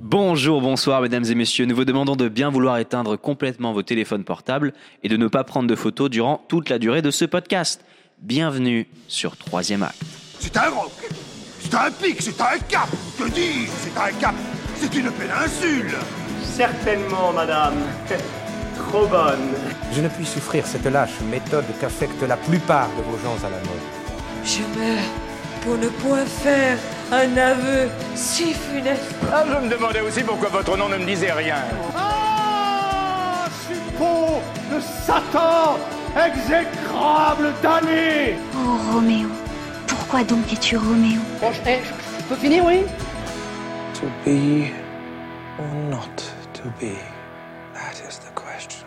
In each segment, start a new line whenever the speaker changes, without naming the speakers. Bonjour, bonsoir mesdames et messieurs. Nous vous demandons de bien vouloir éteindre complètement vos téléphones portables et de ne pas prendre de photos durant toute la durée de ce podcast. Bienvenue sur Troisième Acte.
C'est un roc, c'est un pic, c'est un cap, que dis-je, c'est un cap, c'est une péninsule.
Certainement, madame. Trop bonne.
Je ne puis souffrir cette lâche méthode qu'affectent la plupart de vos gens à la mode.
Je meurs pour ne point faire un aveu si funeste.
Ah, je me demandais aussi pourquoi votre nom ne me disait rien.
Ah, suppôt de Satan, exécrable damné
Oh Roméo, pourquoi donc es-tu Roméo
To be or not to be? That is the question.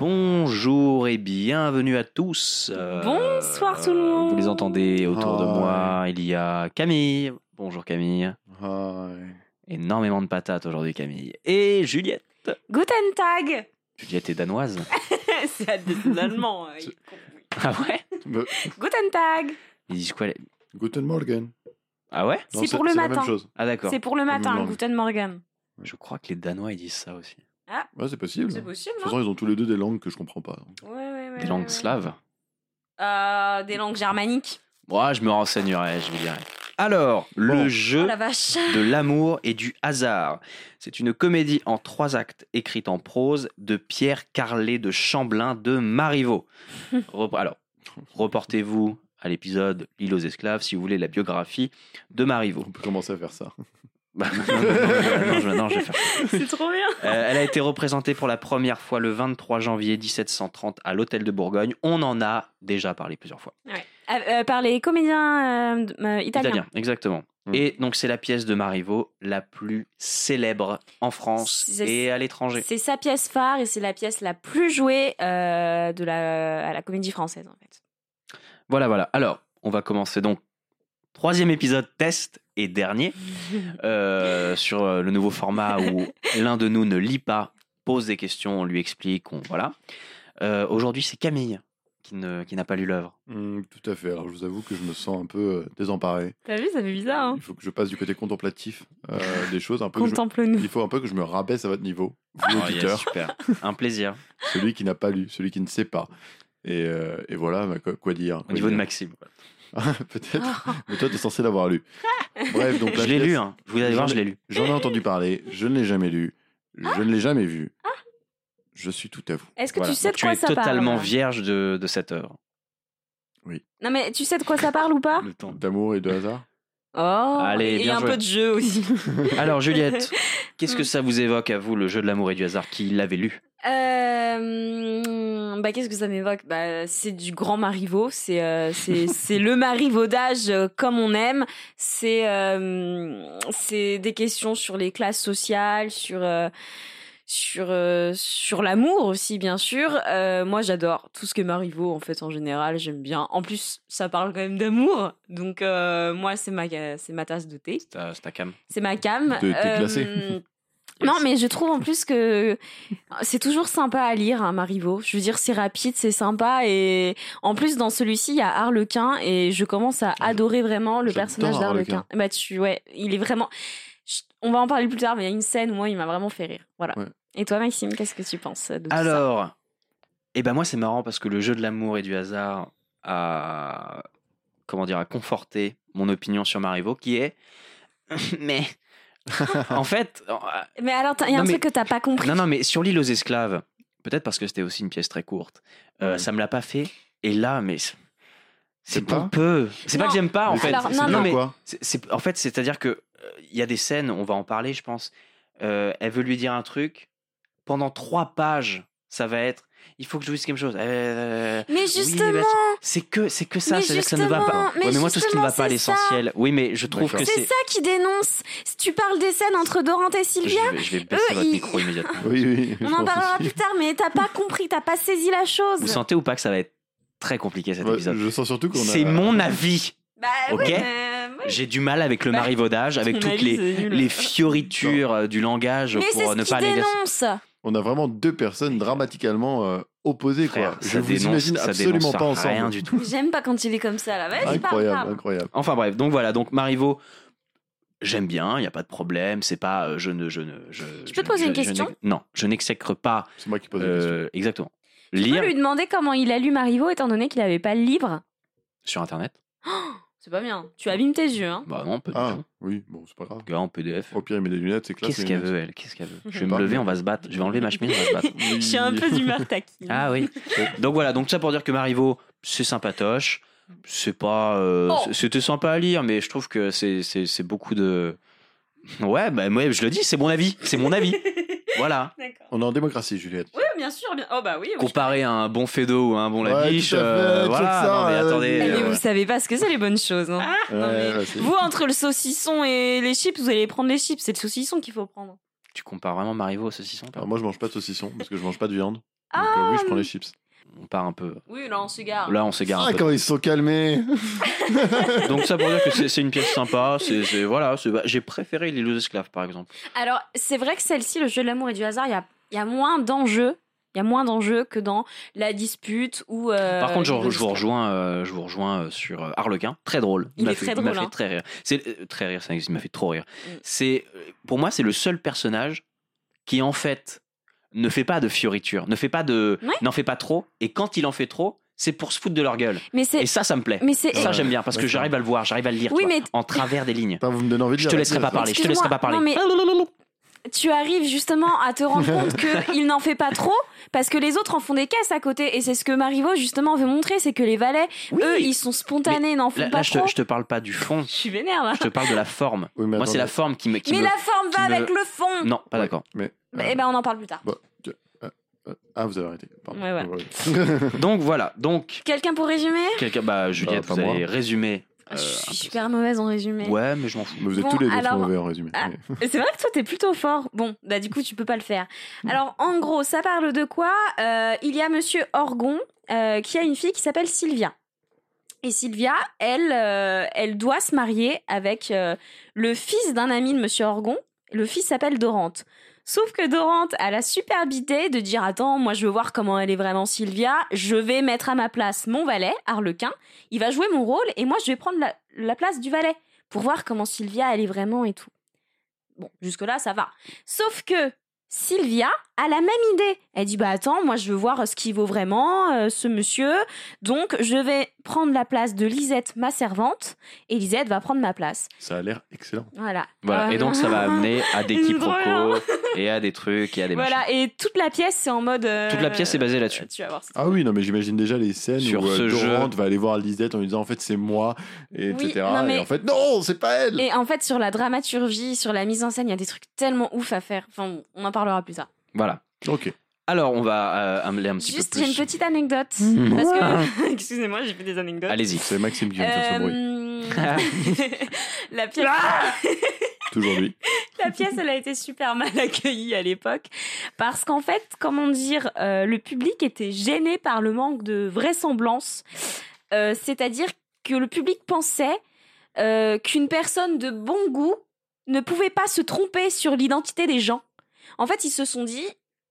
Bonjour et bienvenue à tous. Euh,
Bonsoir tout le monde.
Vous les entendez autour de moi. Il y a Camille. Bonjour Camille. Énormément de patates aujourd'hui Camille. Et Juliette.
Guten Tag
Juliette est danoise.
C'est un allemand. euh, il compris.
ah ouais
Guten Tag
Ils disent quoi les-
Guten Morgen.
Ah ouais
Non,
C'est pour le
la
matin.
même chose.
Ah d'accord.
C'est pour le matin,
langue.
Guten Morgen.
Je crois que les Danois ils disent ça aussi.
Ouais, c'est possible.
C'est
De
possible, hein.
toute
hein.
non
façon, ils ont tous les deux des langues que je comprends pas.
ouais, ouais, ouais,
Des langues
ouais.
slaves.
Euh, Des langues germaniques.
Moi, je me renseignerai, je vous dirai. Alors, le
Oh
jeu
la vache
de l'amour et du hasard. C'est une comédie en trois actes écrite en prose de Pierre Carlet de Chamblin de Marivaux. Rep- Alors, reportez-vous à l'épisode L'île aux esclaves si vous voulez la biographie de Marivaux.
On peut commencer à faire ça.
Bah, non, non, non, non, je- non, je vais faire
C'est trop bien
Euh, elle a été représentée pour la première fois le 23 janvier 1730 à l'Hôtel de Bourgogne. On en a déjà parlé plusieurs fois.
Euh, euh, Par les comédiens euh, euh, italiens.
exactement.
Mm.
Et donc, c'est la pièce de Marivaux la plus célèbre en France
C'est-
et à l'étranger.
C'est sa pièce phare et c'est la pièce la plus jouée euh, de la, à la comédie française en fait.
Voilà, voilà. Alors, on va commencer donc. Troisième épisode test et dernier euh, sur euh, le nouveau format où l'un de nous ne lit pas, pose des questions, on lui explique, on, voilà. Euh, Aujourd'hui, c'est Camille qui ne- qui n'a pas lu l'œuvre.
Hmm, tout à fait. Alors, je vous avoue que je me sens un peu euh, désemparé.
T'as vu, ça fait bizarre. hein.
Il faut que je passe du côté contemplatif euh, des choses. Un peu que je-
Contemple-nous.
Il faut un peu que je me rabaisse à votre niveau, vous
Oh, yes,
l'auditeur,
super. Un plaisir.
celui qui n'a pas lu, celui qui ne sait pas. Et, euh, et voilà, bah, quoi, quoi dire
Au
quoi
niveau de
dire.
Maxime.
Ah, Peut-être. Mais toi, t'es censé l'avoir lu. Bref, donc la
je l'ai lu,
pièce-
hein. Vous allez voir, je l'ai lu.
J'en ai entendu parler. Je ne l'ai jamais lu. Je ne l'ai jamais vu. Je suis tout à vous.
Est-ce que
Voilà.
tu sais de
Ah. Tu
quoi
es
ça
totalement
parle
vierge de, de cette œuvre.
Non mais tu sais de quoi ça parle ou pas
Le temps.
D'amour et de hasard.
Oh,
Allez,
et
bien
un
joué.
peu de jeu aussi.
Alors, Juliette, qu'est-ce que
Hmm.
ça vous évoque à vous, le jeu de l'amour et du hasard, qui l'avez lu
Euh, bah, qu'est-ce que ça m'évoque bah, C'est du grand marivaud, c'est euh, c'est- c'est le marivaudage euh, comme on aime, c'est euh, c'est des questions sur les classes sociales, sur, euh, sur, euh, sur l'amour aussi bien sûr. Euh, moi j'adore tout ce que marivaud en fait en général, j'aime bien. En plus ça parle quand même d'amour, donc euh, moi c'est ma, c'est ma tasse de thé.
C'est ta cam.
C'est ma cam. euh,
T'es- t'es classée.
Non, mais je trouve en plus que c'est toujours sympa à lire, un Marivaux. Je veux dire, c'est rapide, c'est sympa. Et en plus, dans celui-ci, il y a Harlequin. Et je commence à adorer vraiment le
J'adore
personnage d'Harlequin. Bah, tu, ouais, il est vraiment. je- On va en parler plus tard, mais il y a une scène où moi, il m'a vraiment fait rire. Voilà.
Ouais.
Et toi, Maxime, qu'est-ce que tu penses de tout ça
Alors, eh ben moi, c'est marrant parce que le jeu de l'amour et du hasard a, comment dire, a conforté mon opinion sur Marivaux, qui est. mais. en fait,
Mais alors, t'as- il y a
Non,
un
mais-
truc que t'as pas compris.
Non, non, mais sur l'île aux esclaves, peut-être parce que c'était aussi une pièce très courte, euh, ça me l'a pas fait. Et là, mais c'est- c'est
T'aimes pas
pompeux. C'est pas
Non,
que j'aime pas, en
Mais
fait.
c'est-
Alors,
c'est
Ah, non,
bien,
non.
mais
quoi.
c'est- c'est- en fait, c'est-à-dire que euh, il y a des scènes, on va en parler, je pense. euh, elle veut lui dire un truc. Pendant trois pages, ça va être. Il faut que je vous dise quelque chose. Euh,
Mais
oui,
justement,
bah, c'est que, c'est que ça,
Mais
c'est-à-dire que ça ne va
justement,
pas.
mais
Ouais, moi, tout ce qui ne
justement,
va pas,
c'est
l'essentiel. Oui, mais je trouve
D'accord.
que
c'est
c'est.
ça qui dénonce. Si tu parles des scènes entre Dorante et
Je
Sylvia,
vais, je vais baisser
Eux,
votre
ils-
micro immédiatement.
Oui, oui. je
On en
pense
parlera
aussi.
plus tard, mais t'as pas compris, t'as pas saisi la chose.
Vous sentez ou pas que ça va être très compliqué cet
Ouais,
épisode
Bah, Je sens surtout qu'on a.
C'est mon avis.
Bah
Ok.
ouais, mais- ouais.
J'ai du mal avec le
Bah,
marivaudage, avec
Ton
toutes les,
avis, c'est nul.
les fioritures euh, du langage
Mais c'est
pour euh,
ce
ne
qui
pas aller.
dénonce.
On a vraiment deux personnes dramatiquement euh, opposées,
Frère,
quoi.
ça
Je vous
dénonce-
imagine
ça
absolument
dénonce
pas ensemble.
Rien du tout.
J'aime pas quand il est comme ça là. Vas-y, parle,
Incroyable,
parle.
incroyable.
Enfin bref, donc voilà, donc Marivaux, j'aime bien, il n'y a pas de problème, c'est pas. euh, Je ne. Je, ne, je,
Je
je-
peux te poser
je-
une
je
question
n'ex- Non, je n'exècre pas.
C'est moi qui pose la question.
euh, exactement.
Tu peux
Lire
lui demander comment il a lu Marivaux étant donné qu'il n'avait pas le livre
sur Internet
C'est pas bien. Tu abîmes tes yeux. Hein.
Bah non, pas du
Ah,
tout.
oui, bon, c'est pas grave.
Gars, en PDF.
Au pire, il met des lunettes, c'est classe.
Qu'est-ce
les
qu'elle
lunettes.
veut, elle Qu'est-ce qu'elle veut Je vais
sais
me
pas.
lever, on va se battre. Je vais enlever ma chemise, on va se battre.
Je suis un peu d'humeur taquine.
Ah oui. Donc voilà, donc ça pour dire que Marivaux, c'est sympatoche. C'est pas. euh,
Oh.
c'est- C'était sympa à lire, mais je trouve que c'est- c'est c'est beaucoup de. Ouais, bah moi je le dis, c'est mon avis. C'est mon avis. voilà.
D'accord.
On est en démocratie, Juliette.
Oui, bien sûr. Bien... Oh bah oui. oui.
Comparé à un bon Fedo ou à un bon
Ouais,
Labiche,
tout à fait,
euh,
check
voilà.
ça,
non, mais
euh,
attendez.
Eh,
oui.
mais
euh,
vous savez pas ce que c'est les bonnes choses. hein.
Ouais,
Non, mais
ouais, c'est-
Vous, entre le saucisson et les chips, vous allez prendre les chips. C'est le saucisson qu'il faut prendre.
Tu compares vraiment Marivaux au saucisson toi
Alors moi, je mange pas de saucisson parce que je mange pas de viande. Donc,
Ah,
euh, oui, je prends les chips.
On part un peu.
Oui, là, on se gare.
Là, on s'égare un
Ah,
peu.
quand ils se sont calmés
Donc ça pour dire que c'est- c'est une pièce sympa. c'est c'est- voilà, c'est- bah, j'ai préféré Les Deux Esclaves par exemple.
Alors, c'est vrai que celle-ci, le jeu de l'amour et du hasard, il y a, il y a moins d'enjeux. Il y a moins d'enjeux que dans la dispute ou. euh,
Par contre, je,
les
je vous
autres.
rejoins, euh, je vous rejoins euh, sur euh, Harlequin. Très drôle.
Il
m'a
est
fait,
très
m'a
drôle,
fait
hein.
très rire. C'est euh, très rire, ça existe, il m'a fait trop rire.
Mm.
C'est euh, pour moi, c'est le seul personnage qui en fait ne fait pas de fioritures, ne fait pas de,
Ouais.
n'en fait pas trop. Et quand il en fait trop, c'est pour se foutre de leur gueule.
Mais c'est.
Et ça, ça me plaît.
Mais c'est.
Ça, j'aime bien parce que
D'accord.
j'arrive à le voir, j'arrive à le lire
Oui,
tu vois,
mais-
en travers des lignes.
Putain, vous me donnez envie de
Je te
la
laisserai
raclette,
pas parler.
ça.
je te laisserai pas parler. Ah,
Excuse-moi, non, mais tu arrives justement à te rendre compte qu'il n'en fait pas trop parce que les autres en font des caisses à côté. Et c'est ce que Marivaux justement veut montrer c'est que les valets,
Oui.
eux, ils sont spontanés, n'en font
Là,
pas
là, je,
trop.
te, je te parle pas du fond.
Je suis vénère là.
Je te parle de la forme.
Oui,
moi,
mais
c'est
attendez.
la forme qui me. Qui
Mais
me-
la forme va
qui me-
avec le fond.
Non, pas
Ouais.
d'accord.
Mais,
Bah, Eh ben, on en parle plus tard.
euh, Ah, vous avez arrêté. Pardon.
Ouais, ouais.
Voilà.
Donc voilà. Donc
Quelqu'un pour résumer
Quelqu'un, bah Juliette,
Bah,
vous
pas moi.
avez résumé. euh,
Je
un
suis
peu
super mauvaise en résumé.
ça. Ouais, mais je m'en fous.
Mais vous êtes
Bon,
tous les deux
alors-
trop mauvais en résumé.
Ah.
Mais-
Et C'est vrai que toi, t'es plutôt fort. Bon, bah du coup, tu peux pas le faire. Alors, en gros, ça parle de quoi Euh, Il y a Monsieur Orgon euh, qui a une fille qui s'appelle Sylvia. Et Sylvia, elle, euh, elle doit se marier avec euh, le fils d'un ami de Monsieur Orgon. Le fils s'appelle Dorante. Sauf que Dorante a la superbe idée de dire Attends, moi je veux voir comment elle est vraiment Sylvia, je vais mettre à ma place mon valet, Harlequin, il va jouer mon rôle et moi je vais prendre la- la place du valet pour voir comment Sylvia elle est vraiment et tout. Bon, jusque-là, ça va. Sauf que Sylvia a la même idée. Elle dit Bah attends, moi je veux voir ce qu'il vaut vraiment, euh, ce monsieur. Donc je vais prendre la place de Lisette, ma servante, et Lisette va prendre ma place.
Ça a l'air excellent.
Voilà.
Voilà.
Ah,
et donc ça va
non.
amener à des
Une
quiproquos
drôle.
et à des trucs et à des machins.
Voilà, et toute la pièce, c'est en mode. euh,
Toute la pièce est basée là-dessus.
Tu vas voir. c'est-
Ah oui, non, mais j'imagine déjà les scènes
Sur
où
ce
euh,
jeu.
Dorante va aller voir Lisette en lui disant en fait c'est moi, et
Oui,
etc.
non, mais-
Et en fait, non, c'est pas elle
Et en fait, sur la dramaturgie, sur la mise en scène, il y a des trucs tellement ouf à faire. Enfin, bon, on en parlera plus tard.
Euh,
Voilà.
Ok.
Alors on va euh, amener un petit
Juste,
peu
j'ai une
plus.
petite anecdote. Parce
Mm.
que. Excusez-moi, j'ai fait des anecdotes.
Allez-y.
C'est Maxime qui vient de faire ce bruit.
Euh, la pièce,
Toujours lui.
la pièce, elle a été super mal accueillie à l'époque parce qu'en fait, comment dire, euh, le public était gêné par le manque de vraisemblance, Euh, c'est-à-dire que le public pensait euh, qu'une personne de bon goût ne pouvait pas se tromper sur l'identité des gens. En fait, ils se sont dit.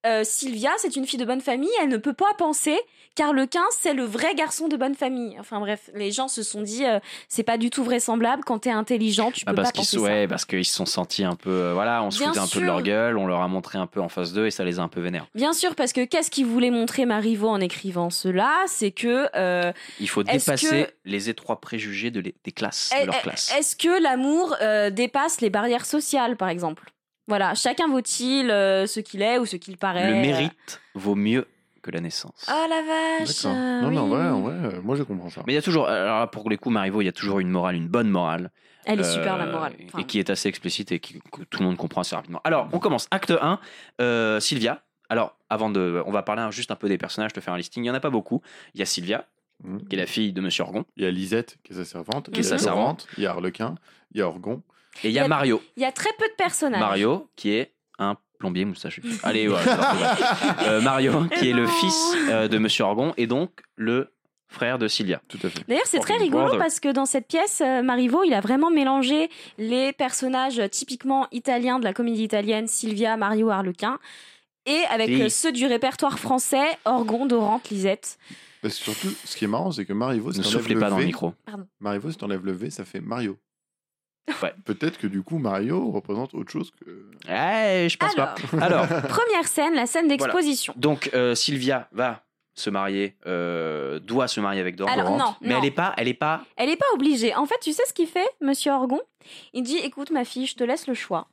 euh, Sylvia, c'est une fille de bonne famille, elle ne peut pas penser, car le 15, c'est le vrai garçon de bonne famille. Enfin bref, les gens se sont dit, euh, c'est pas du tout vraisemblable, quand t'es intelligent, tu peux
Ah, parce
pas
qu'ils
penser
se-
ça.
ouais, parce qu'ils se sont sentis un peu euh, voilà, on se
Bien
foutait un peu de leur
sûr.
gueule, on leur a montré un peu en face d'eux et ça les a un peu vénères.
Bien sûr, parce que qu'est-ce qu'il voulait montrer Marivaux en écrivant cela C'est que euh,
Il faut
Est-ce
dépasser
que- Eh,
les étroits préjugés de les- des classes,
est-
de leur classe.
est-ce que l'amour euh, dépasse les barrières sociales, par exemple Voilà, chacun vaut-il euh, ce qu'il est ou ce qu'il paraît
Le mérite vaut mieux que la naissance.
Oh la vache
D'accord.
euh,
Non, mais en
oui.
vrai, en vrai, euh, moi je comprends ça.
Mais il y a toujours, alors là, pour les coups, Marivaux, il y a toujours une morale, une bonne morale.
Elle est
Euh,
super la morale. Enfin,
Et qui est assez explicite et qui- que tout le monde comprend assez rapidement. Alors, on commence. Acte 1, euh, Sylvia. Alors, avant de. On va parler un- juste un peu des personnages, je te fais un listing. Il n'y en a pas beaucoup. Il y a Sylvia,
Mm.
qui est la fille de Monsieur Orgon.
Il y a Lisette qui est sa servante,
Qui
il
est
y a
sa
Dorante, il y a Harlequin, il y a Orgon.
Et il y a
Il y a-
Mario.
Il y a très peu de personnages.
Mario, qui est un plombier moustachu. Allez, ouais, ça va, ça va. Euh, Mario, qui
Eh
est le
non.
fils euh, de Monsieur Orgon et donc le frère de Sylvia.
Tout à fait.
D'ailleurs, c'est très
Organ
rigolo
Brother.
parce que dans cette pièce, euh, Marivaux, il a vraiment mélangé les personnages typiquement italiens de la comédie italienne, Sylvia, Mario, Harlequin, et avec
Si.
euh, ceux du répertoire français, Orgon, Dorante, Lisette.
Et surtout, ce qui est marrant, c'est que Marivaux,
Ne
si t'enlèves
soufflez
le
pas dans le
V-
micro.
Marivaux, si t'enlèves le V, ça fait Mario. Peut-être que du coup, Mario représente autre chose que.
Eh, je pense
Alors,
pas. Alors,
première scène, la scène d'exposition.
donc euh, Sylvia va se marier, euh, doit se marier avec Dor-
Alors,
Dorante,
non,
mais
non.
elle est pas, elle est pas.
Elle n'est pas obligée. En fait, tu sais ce qu'il fait, monsieur Orgon Il dit écoute, ma fille, je te laisse le choix.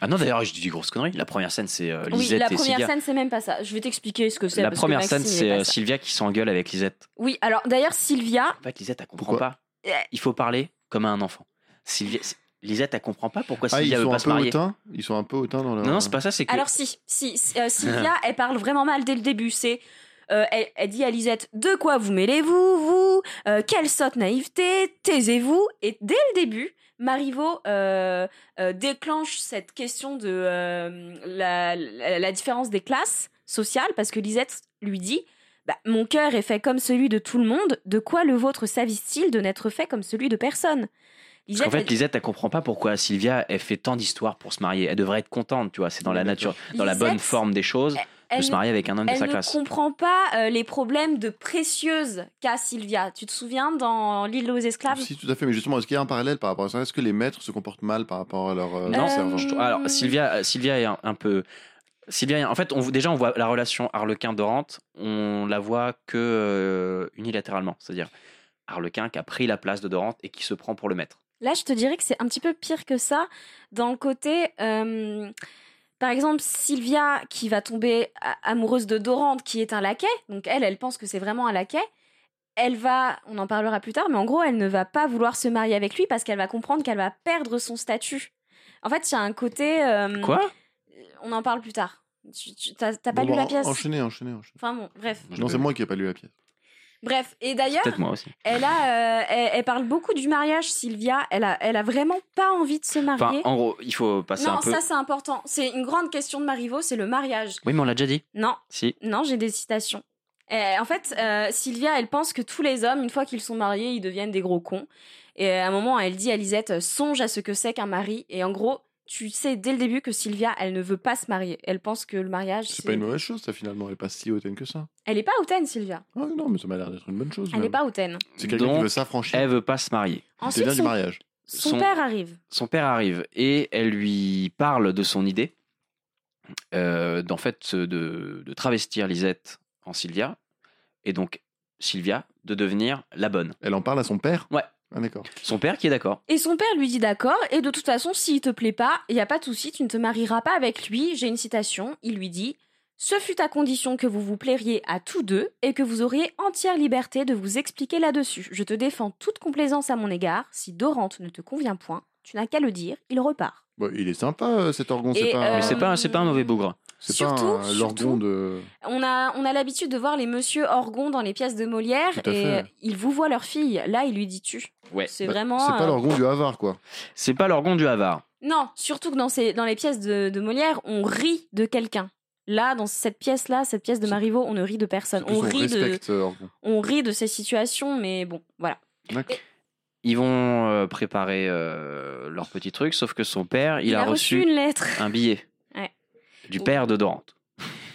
Ah non, d'ailleurs, je dis des grosses conneries. La première scène, c'est euh,
Oui,
Lisette
la
et
première
Sylvia.
scène, c'est même pas ça. Je vais t'expliquer ce que c'est.
la
parce que
première
Maxime,
scène,
il
c'est
est pas
euh,
ça.
Sylvia qui s'engueule avec Lisette.
Oui, alors d'ailleurs, Sylvia,
En fait, Lisette, elle comprend
Pourquoi
pas. Il faut parler comme à un enfant. Sylvia, Lisette, elle comprend pas pourquoi
Ah, ils
Sylvia veut
sont
pas
un
se
peu euh,
marier.
hautains Ils sont un peu hautains dans leur.
Non, non, c'est pas ça, c'est que.
Alors si, si, si, euh, Sylvia,
Ah.
elle parle vraiment mal dès le début. C'est, euh, elle, elle dit à Lisette, de quoi vous mêlez-vous, vous Euh, Quelle sotte naïveté Taisez-vous Et dès le début, Marivaux euh, euh, déclenche cette question de euh, la, la- la différence des classes sociales parce que Lisette lui dit. Bah, mon cœur est fait comme celui de tout le monde, de quoi le vôtre s'avise-t-il de n'être fait comme celui de personne
Parce
Lisette,
qu'en fait,
elle-
Lisette, elle comprend pas pourquoi Sylvia, elle fait tant d'histoires pour se marier. Elle devrait être contente, tu vois. C'est dans la nature, dans la bonne
Lisette,
forme des choses, de
elle
se
ne
marier avec un homme de
Elle
sa
ne
classe.
comprend pas euh, les problèmes de précieuse qu'a Sylvia. Tu te souviens dans l'île aux esclaves
Si, tout à fait. Mais justement, est-ce qu'il y a un parallèle par rapport à ça Est-ce que les maîtres se comportent mal par rapport à leur. euh,
Non,
servant
Je trouve-
Hmm.
Alors, Sylvia, euh, Sylvia est un, un peu. Sylvia, est- en fait, on, déjà, on voit la relation Harlequin-Dorante, on la voit que euh, unilatéralement. C'est-à-dire, Harlequin qui a pris la place de Dorante et qui se prend pour le maître.
Là, je te dirais que c'est un petit peu pire que ça dans le côté. euh, par exemple, Sylvia qui va tomber a- amoureuse de Dorante, qui est un laquais, donc elle, elle pense que c'est vraiment un laquais. Elle va, on en parlera plus tard, mais en gros, elle ne va pas vouloir se marier avec lui parce qu'elle va comprendre qu'elle va perdre son statut. En fait, il y a un côté. euh,
Quoi
On en parle plus tard. Tu- tu- T'as t'as pas
Bon,
lu
bah,
la pièce
Enchaînez, enchaînez, enchaînez.
Enfin bon, bref.
Non, c'est moi qui n'ai pas lu la pièce.
Bref, et d'ailleurs,
Peut-être moi aussi.
elle, a, euh, elle, elle parle beaucoup du mariage, Sylvia. Elle a, elle a vraiment pas envie de se
Enfin,
marier.
en gros, il faut passer
non,
un peu.
ça c'est important. C'est une grande question de Marivaux, c'est le mariage.
Oui, mais on l'a déjà dit.
Non,
Si.
non, j'ai des citations. Euh, en fait, euh, Sylvia, elle pense que tous les hommes, une fois qu'ils sont mariés, ils deviennent des gros cons. Et à un moment, elle dit à Lisette, euh, songe à ce que c'est qu'un mari. Et en gros, tu sais dès le début que Sylvia, elle ne veut pas se marier. Elle pense que le mariage,
C'est
c'est-
pas une mauvaise chose, ça, finalement. Elle est pas si hautaine que ça.
elle est pas hautaine, Sylvia.
Ah, non, mais ça m'a l'air d'être une bonne chose.
Elle
même.
est pas hautaine.
C'est quelqu'un qui
Donc,
veut s'affranchir.
Elle veut pas se marier.
C'est
Ensuite,
bien du
son,
mariage.
son
Son-
père arrive.
Son père arrive et elle lui parle de son idée, euh, d'en fait de, de travestir Lisette en Sylvia, et donc Sylvia de devenir la bonne.
Elle en parle à son père
Ouais.
Ah, d'accord.
Son père qui est d'accord.
Et son père lui dit d'accord, et de toute façon, s'il te plaît pas, il n'y a pas de souci, tu ne te marieras pas avec lui. J'ai une citation, il lui dit Ce fut à condition que vous vous plairiez à tous deux et que vous auriez entière liberté de vous expliquer là-dessus. Je te défends toute complaisance à mon égard. Si Dorante ne te convient point, tu n'as qu'à le dire, il repart.
Bon, il est sympa, euh, cet orgon.
Et,
C'est pas,
euh,
Mais c'est pas, c'est pas un mauvais bougre.
c'est pas
surtout,
un- l'orgon
surtout-
de.
On a, on a l'habitude de voir les monsieur Orgon dans les pièces de Molière,
Tout à
et
fait.
ils vous voient leur fille. Là, il lui dit tu.
Ouais.
C'est
Bah,
vraiment.
C'est pas
euh,
l'orgon du Havard, quoi.
C'est pas l'orgon du Havard.
Non, surtout que dans, ces, dans les pièces de, de Molière, on rit de quelqu'un. Là, dans cette pièce-là, cette pièce de Marivaux, on ne rit de personne.
Plus
On rit de,
respecte euh, orgon.
on rit de ces situations, mais bon, voilà.
D'accord.
Ils vont euh, préparer euh, leur petit truc, sauf que son père, il, a, reçu,
une lettre.
un billet
Ouais.
du père de Dorante.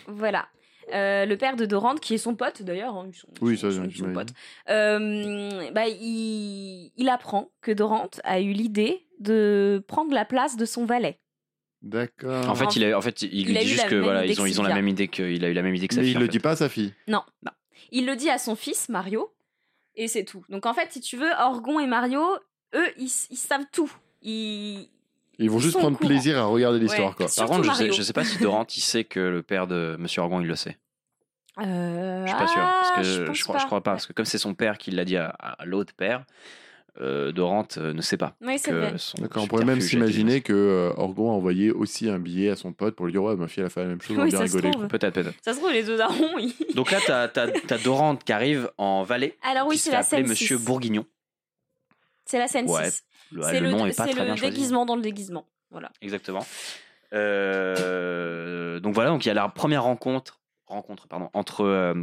Voilà. Euh, le père de Dorante, qui est son pote d'ailleurs, hein, ils sont,
Oui,
ils sont-
ça,
ils sont
j'imagine.
potes. Euh, bah, il, il apprend que Dorante a eu l'idée de prendre la place de son valet.
D'accord.
En fait, il a, en fait, il, lui
a
dit
eu
juste
la
que
même
voilà,
idée
ils ont,
que
ils ont la
Sylvia.
même idée qu'il a eu la même idée que sa
mais
fille.
il
en
le
fait.
dit pas à sa fille.
Il le dit à son fils, Mario, et c'est tout. Donc en fait, si tu veux, Orgon et Mario, eux, ils, ils savent tout. Ils...
Ils vont
Ils
juste
sont au
prendre
courant.
plaisir à regarder l'histoire,
Ouais.
quoi.
Par
Surtout
contre, je sais,
Mario.
je sais pas si Dorante, il sait que le père de Monsieur Orgon, il le sait.
Euh,
Je suis pas sûr. Parce
ah,
que
je, pense
crois, je crois pas. Parce que comme c'est son père qui l'a dit à, à l'autre père, euh, Dorante euh, ne sait pas.
Oui, c'est
que
vrai.
son
D'accord, on pourrait même
subterfuge a été-
s'imaginer que euh, Orgon a envoyé aussi un billet à son pote pour lui dire Ouais, ma fille, elle a fait la même chose, on va
Oui,
bien
ça se
rigoler.
trouve.
Peut-être, peut-être.
Ça se trouve, les deux darons, ils...
Donc là, t'as as, Dorante qui arrive en Valais.
Alors Ah oui,
qui se
c'est
fait
la
appeler
scène
Monsieur
6.
Bourguignon.
C'est la scène
Ouais,
6.
Le,
c'est
le nom est pas
c'est
très
le
bien choisi.
déguisement dans le déguisement. Voilà.
Exactement. Euh, donc voilà, donc il y a la première rencontre, rencontre pardon, entre euh,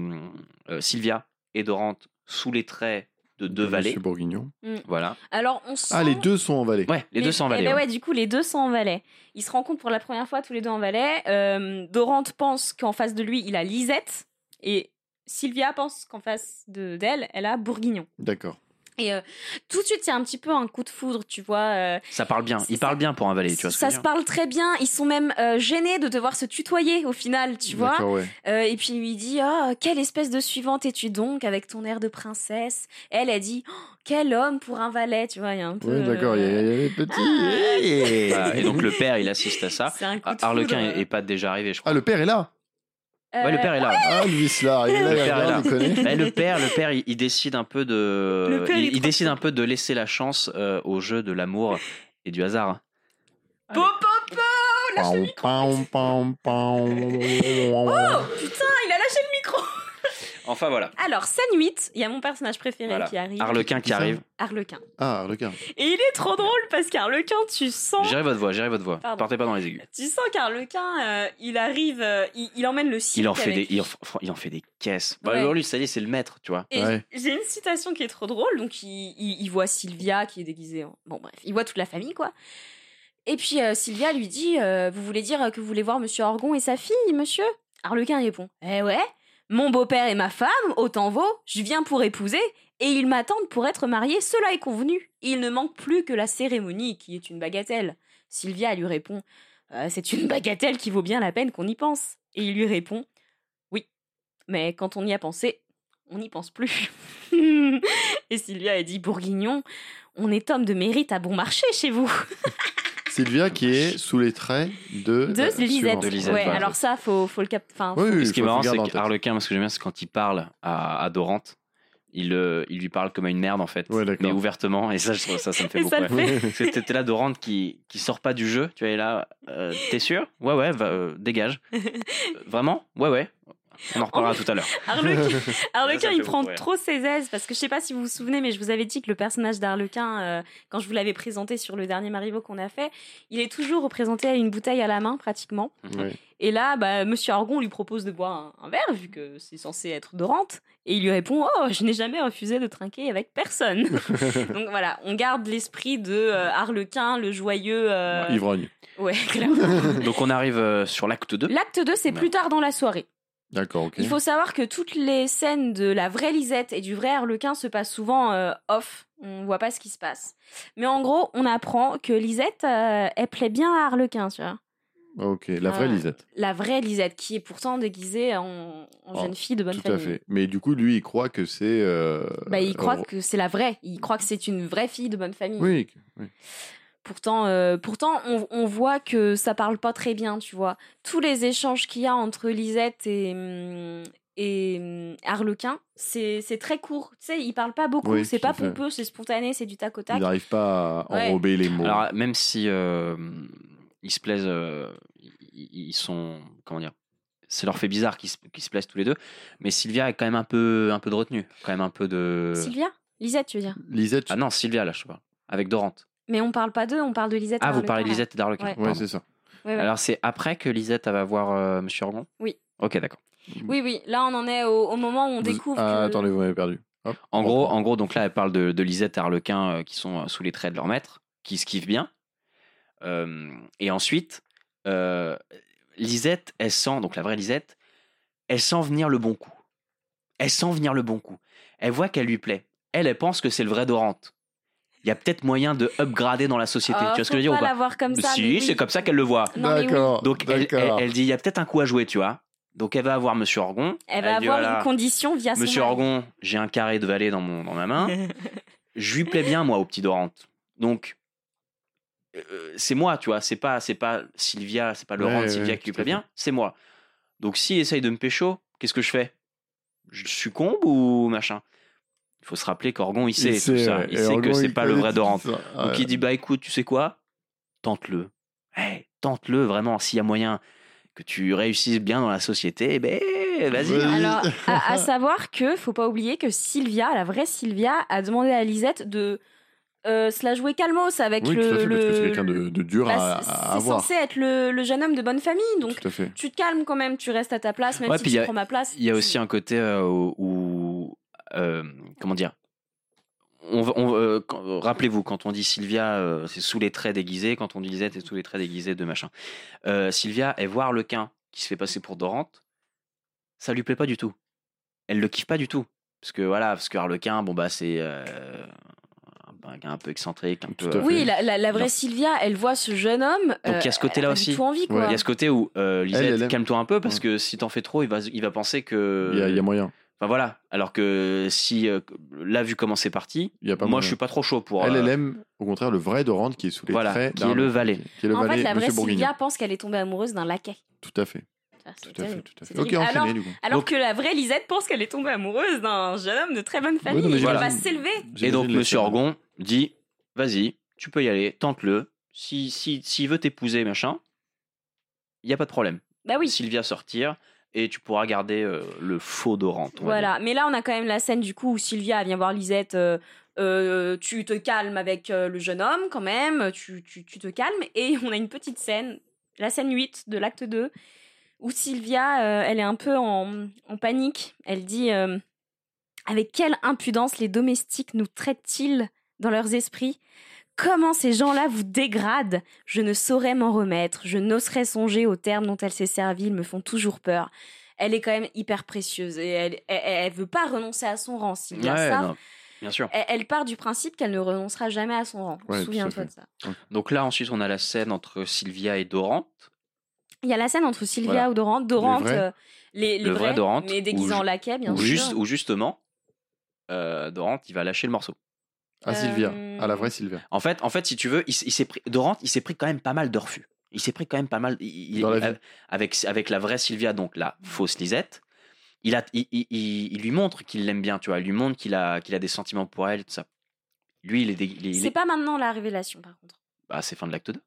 euh, Sylvia et Dorante sous les traits de deux valets.
Euh, Monsieur Bourguignon.
Voilà.
Mm. Alors, on sent...
Ah, les deux sont en Valais.
Ouais, les
Mais-
deux sont en
eh
valets.
ben
ouais.
ouais, du coup, les deux sont en Valais. Ils se rencontrent pour la première fois tous les deux en Valais. Euh, Dorante pense qu'en face de lui, il a Lisette. Et Sylvia pense qu'en face de- d'elle, elle a Bourguignon.
D'accord.
Et euh, tout de suite, il y a un petit peu un coup de foudre, tu vois. euh,
Ça parle bien.
C'est
Il parle bien pour un valet, tu vois ce que
ça
je
se
veux dire
parle très bien. Ils sont même euh, gênés de devoir se tutoyer au final, tu vois.
D'accord, ouais.
Euh, et puis il lui dit Ah, quelle espèce de suivante es-tu donc avec ton air de princesse Elle, elle dit Oh, Quel homme pour un valet, tu vois. Il y a un peu.
Ouais, d'accord, il y a-
euh,
il y a les petits. Hey.
Voilà, Et donc le père, il assiste à ça.
C'est un coup
Ah,
de
Harlequin
foudre.
est, est pas déjà arrivé, je crois.
Ah, le père est là
Ouais, le
Euh,
père est là.
Ah, lui, c'est là. Il est là,
Le
il
père est là.
regarde, il connaît.
Eh, le père, le père, il, il décide un peu de,
Le père, il
il,
est
il
trop
décide un peu de laisser la chance euh, au jeu de l'amour et du hasard.
Po, po, po.
Pam, pam, pam,
Oh
pam.
putain, il a lâché le micro
Enfin voilà.
Alors, scène 8, il y a mon personnage préféré
Voilà.
qui arrive.
Harlequin qui
ça
arrive.
Harlequin.
Ah, regarde.
Et il est trop drôle parce qu'Harlequin, tu sens.
Gérez votre voix, gérez votre voix.
Pardon.
Partez pas dans les aigus.
Tu sens qu'Harlequin, euh, il arrive, euh, il, il emmène le cirque.
Il en fait des,
avec
il
lui.
en, f- il en fait des caisses. Bah,
Ouais.
alors lui, ça y est, c'est le maître, tu vois.
Et
Ouais.
j'ai une citation qui est trop drôle. Donc, il, il- il voit Sylvia qui est déguisée. en- Bon, bref, il voit toute la famille, quoi. Et puis, euh, Sylvia lui dit euh, Vous voulez dire que vous voulez voir Monsieur Orgon et sa fille, monsieur Harlequin répond Eh ouais, mon beau-père et ma femme, autant vaut, je viens pour épouser, et ils m'attendent pour être mariés, cela est convenu. Il ne manque plus que la cérémonie, qui est une bagatelle. Sylvia lui répond Euh, C'est une bagatelle qui vaut bien la peine qu'on y pense. Et il lui répond Oui, mais quand on y a pensé, on n'y pense plus. et Sylvia a dit Bourguignon, on est homme de mérite à bon marché chez vous.
Euh,
Sylvia qui est sous les traits de.
De
euh,
Lisette.
suivante.
bah, de Lisette,
ouais,
voilà.
alors ça, faut, faut le cap. Enfin,
Oui, oui,
ce qui est
faut
marrant,
qu'il garde
c'est
en
que
tête.
Harlequin, moi, ce que j'aime bien, c'est quand il parle à, à Dorante, il, euh, il lui parle comme à une merde, en fait.
Ouais, d'accord.
mais ouvertement. Et ça, je trouve ça, ça me fait
Et
beaucoup
ça le
rire.
fait.
Parce que t'es- t'es là, Dorante, qui, qui sort pas du jeu. Tu vois, et là, euh, t'es sûr Ouais, ouais, va, euh, dégage. Euh, Vraiment Ouais, ouais. On en reparlera tout à l'heure.
Harlequin, Harlequin,
Ça, ça
il
fait
prend
beaucoup rire.
trop ses aises parce que je sais pas si vous vous souvenez, mais je vous avais dit que le personnage d'Harlequin, euh, quand je vous l'avais présenté sur le dernier Marivaux qu'on a fait, il est toujours représenté à une bouteille à la main pratiquement.
Ouais.
Et là, bah, Monsieur Argon lui propose de boire un, un verre vu que c'est censé être Dorante, et il lui répond Oh, je n'ai jamais refusé de trinquer avec personne. Donc voilà, on garde l'esprit de euh, Harlequin, le joyeux. euh,
Ivrogne.
Ouais, clairement.
Donc, on arrive euh, sur l'acte 2.
L'acte 2, c'est plus tard dans la soirée.
D'accord, ok.
Il faut savoir que toutes les scènes de la vraie Lisette et du vrai Harlequin se passent souvent euh, off. On voit pas ce qui se passe. Mais en gros, on apprend que Lisette, euh, elle plaît bien à Harlequin, tu vois.
Ok, la vraie
Euh,
Ah,
Lisette.
La vraie Lisette, qui est pourtant déguisée en, en
Oh,
jeune fille de bonne
Tout à
famille.
fait. Mais du coup, lui, il croit que c'est. euh,
Bah, il croit
euh,
que c'est la vraie. Il croit que c'est une vraie fille de bonne famille.
Oui, que- oui.
Pourtant, euh, pourtant on, on voit que ça parle pas très bien, tu vois. Tous les échanges qu'il y a entre Lisette et, hum, et hum, Harlequin, c'est c'est très court. Tu sais, ils parlent pas beaucoup,
Oui,
c'est
tout à
pas
fait.
pompeux, c'est spontané, c'est du tac au
il
tac.
n'arrive pas à
Ouais.
enrober les mots.
Alors, même si euh, ils se plaisent, euh, ils ils sont. Comment dire c'est leur fait bizarre qu'ils se, qu'ils se plaisent tous les deux, mais Sylvia a quand même un peu, un peu de retenue, quand même un peu de.
Sylvia Lisette, tu veux dire.
Lisette, tu-
Ah non, Sylvia, là, je parle. Avec Dorante.
Mais on parle pas d'eux, on parle de Lisette. et
Ah, vous
Harlequin,
parlez de
là.
Lisette et d'Arlequin.
Ouais.
ouais,
pardon.
c'est ça.
Ouais, ouais.
Alors, c'est après que Lisette elle va voir euh, Monsieur Orgon
Oui.
Ok, d'accord.
Oui, oui, là on en est au, au moment où on
Vous-
découvre.
Ah,
que-
attendez, vous m'avez perdu. Hop,
En
on
gros,
reprend.
en gros, donc là, elle parle de, de Lisette et Harlequin euh, qui sont euh, sous les traits de leur maître, qui se kiffent bien. Euh, et ensuite, euh, Lisette, elle sent, donc la vraie Lisette, elle sent venir le bon coup. Elle sent venir le bon coup. Elle voit qu'elle lui plaît. Elle, elle pense que c'est le vrai Dorante. Il y a peut-être moyen de upgrader dans la société.
Ah,
tu vois ce que
faut
je veux dire ou
pas
pas
la voir comme ça. mais
Si,
oui.
c'est comme ça qu'elle le voit.
Non, mais oui.
D'accord.
Donc elle, elle,
Oh, d'accord.
elle dit il y a peut-être un coup à jouer, tu vois. Donc elle va avoir Monsieur Orgon.
Elle va
dit,
avoir
voilà,
une condition via son.
Monsieur
mari.
Orgon, j'ai un carré de valet dans, mon, dans ma main. Je lui plais bien, moi, au petit Dorante. Donc euh, c'est moi, tu vois. C'est pas, c'est pas Sylvia, c'est pas Laurent
Ouais,
de Sylvia
ouais,
qui lui
tout à
plaît bien, c'est moi. Donc s'il essaye de me pécho, qu'est-ce que je fais Je succombe ou machin Il faut se rappeler qu'Orgon, il sait, tout ça.
ouais.
Il
Et
sait que
Orgon,
c'est
il
pas le
connaît
vrai
tout
Dorante.
ça.
Donc
Ouais.
il dit bah écoute, tu sais quoi Tente-le. Eh, Tente-le vraiment s'il y a moyen que tu réussisses bien dans la société, eh ben vas-y.
Ouais.
Alors, à, à savoir que faut pas oublier que Sylvia, la vraie Sylvia, a demandé à Lisette de euh, se la jouer calmos avec
Oui,
le.
tout à fait, parce que
le-
c'est quelqu'un de, de dur à,
Bah, c'est-
à
c'est
avoir.
censé être le, le jeune homme de bonne famille, donc
Tout à fait.
tu te calmes quand même, tu restes à ta place, même
Ouais,
si
puis
tu
y a-
prends ma place.
Il y a
tu-
aussi un côté euh, où, où, euh, comment dire on, va- on, euh, quand- euh, Rappelez-vous, quand on dit Sylvia, euh, c'est sous les traits déguisés. Quand on dit Lisette, c'est sous les traits déguisés de machin. Euh, Sylvia, elle voit Harlequin qui se fait passer pour Dorante. Ça lui plaît pas du tout. Elle le kiffe pas du tout. Parce que voilà, parce que Harlequin, bon bah c'est euh, un- un peu excentrique, un peu. euh,
Tout à fait.
Oui, la, la- la vraie
Non.
Sylvia, elle voit ce jeune homme. euh,
Donc, il y a ce côté-là
elle a
aussi.
Du tout envie, quoi.
Ouais,
Il y a ce côté où euh, Lisette,
Elle, elle aime.
calme-toi un peu parce
Ouais.
que si t'en fais trop, il va, il va penser que.
Il y, a- il y a moyen.
Enfin voilà. Alors que si euh, là vu comment c'est parti,
Il y a pas
moi
moyen.
je suis pas trop chaud pour.
Elle,
euh,
elle aime, au contraire, le vrai Doran qui est sous les
Voilà,
traits
qui est
d'un-
le valet.
Qui est le
en
valet,
fait, la vraie
Monsieur Bourguignon.
Sylvia pense qu'elle est tombée amoureuse d'un laquais.
Tout à fait.
Ah, c'est
Tout à fait,
terrible.
tout à
C'est
fait. Ok,
terrible. Alors,
enchaîné du coup.
alors
Donc-
que la vraie Lisette pense qu'elle est tombée amoureuse d'un jeune homme de très bonne famille.
non, mais
elle
voilà.
va s'élever.
Et donc
J'imagine
Monsieur
les
Orgon dit, vas-y, tu peux y aller, tente-le. Si si s'il veut t'épouser machin, il y a pas de problème.
Bah oui.
Sylvia sortir et tu pourras garder euh, le faux Doran. on va dire.
Voilà, mais là on a quand même la scène du coup où Sylvia vient voir Lisette. euh, euh, tu te calmes avec euh, le jeune homme quand même, tu, tu- tu te calmes. Et on a une petite scène, la scène 8 de l'acte 2, où Sylvia, euh, elle est un peu en, en panique. Elle dit euh, Avec quelle impudence les domestiques nous traitent-ils dans leurs esprits Comment ces gens-là vous dégradent Je ne saurais m'en remettre, je n'oserais songer aux termes dont elle s'est servie, ils me font toujours peur. Elle est quand même hyper précieuse et elle, elle, elle veut pas renoncer à son rang, Sylvia.
Ouais,
ça,
non, bien sûr.
elle, elle part du principe qu'elle ne renoncera jamais à son rang.
Ouais, tout
Souviens-toi
à
de ça.
Donc là ensuite on a la scène entre Sylvia et Doran.
Il y a la scène entre Sylvia
Voilà.
ou Dorante. Dorante,
vrai.
euh, les, les
Le vrai
vrais,
Dorante,
mais
ou
déguisé
ju-
en laquais, bien
Ou,
sûr.
juste, ou justement, euh, Dorant, il va lâcher le morceau.
À Sylvia,
Euh,
à la vraie Sylvia.
En fait, en fait si tu veux, il, s- il s'est pris, Dorant, il s'est pris quand même pas mal de refus. Il s'est pris quand même pas mal. il- il-
Dans la
il-
vie.
avec, avec la vraie Sylvia, donc la
Mm.
fausse Lisette, il, a, il, il- il- il lui montre qu'il l'aime bien, tu vois. Il lui montre qu'il a, qu'il a des sentiments pour elle, tout ça. Lui, il est. dé- il est- il
C'est
est-
pas Mm. maintenant la révélation, par contre.
Bah, c'est fin de l'acte 2.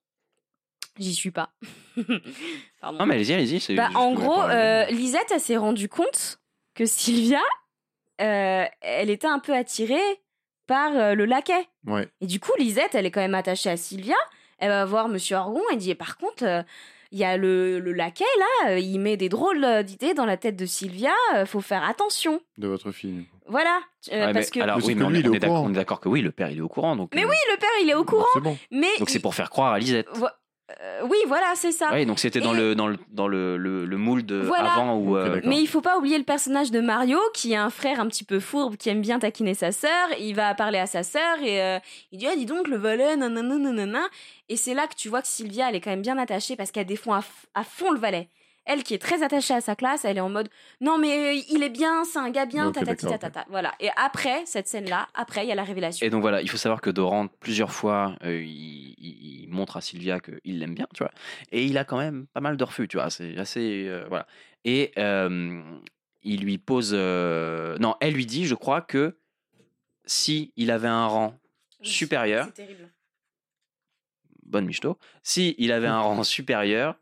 J'y suis pas. Pardon.
Non, mais allez-y, allez-y. c'est
Bah,
juste
en
que vous
gros,
avez parlé.
euh, Lisette, elle s'est rendue compte que Sylvia, euh, elle était un peu attirée par euh, le laquais.
Ouais.
Et du coup, Lisette, elle est quand même attachée à Sylvia. Elle va voir Monsieur Argon et dit Par contre, euh, il y a le, le laquais là, euh, il met des drôles euh, d'idées dans la tête de Sylvia, euh, faut faire attention.
De votre fille.
Voilà. Euh,
Ouais, mais
parce que.
Alors,
Parce
oui,
que
mais on,
lui,
est-
il est
on
au
est d'accord-
courant.
on est d'accord que oui, le père, il est au courant. Donc,
Mais
euh,
oui, le père, il est au courant.
C'est bon.
Mais.
Donc, c'est
il-
pour faire croire à Lisette.
Vo- euh, oui, voilà, c'est ça.
Ouais, donc c'était dans,
Et-
le, dans, le, dans le, le, le moule de
Voilà.
avant où.
Ok,
euh,
d'accord.
Mais il faut pas oublier le personnage de Mario, qui a un frère un petit peu fourbe, qui aime bien taquiner sa sœur. Il va parler à sa sœur et euh, il dit ah, dis donc le valet, nanana, nanana. Et c'est là que tu vois que Sylvia, elle est quand même bien attachée parce qu'elle défend à, f- à fond le valet. Elle qui est très attachée à sa classe, elle est en mode non mais euh, il est bien, c'est un gars bien,
Ok,
tatati
d'accord,
tatata. Voilà. Et après cette scène-là, après il y a la révélation.
Et donc voilà, il faut savoir que Doran, plusieurs fois, euh, il, il- il montre à Sylvia qu'il l'aime bien, tu vois. Et il a quand même pas mal de refus, tu vois. C'est assez. euh, voilà. Et euh, il lui pose. euh, Non, elle lui dit, je crois, que si il avait un rang supérieur,
C'est terrible.
bonne michto, si il avait un rang supérieur,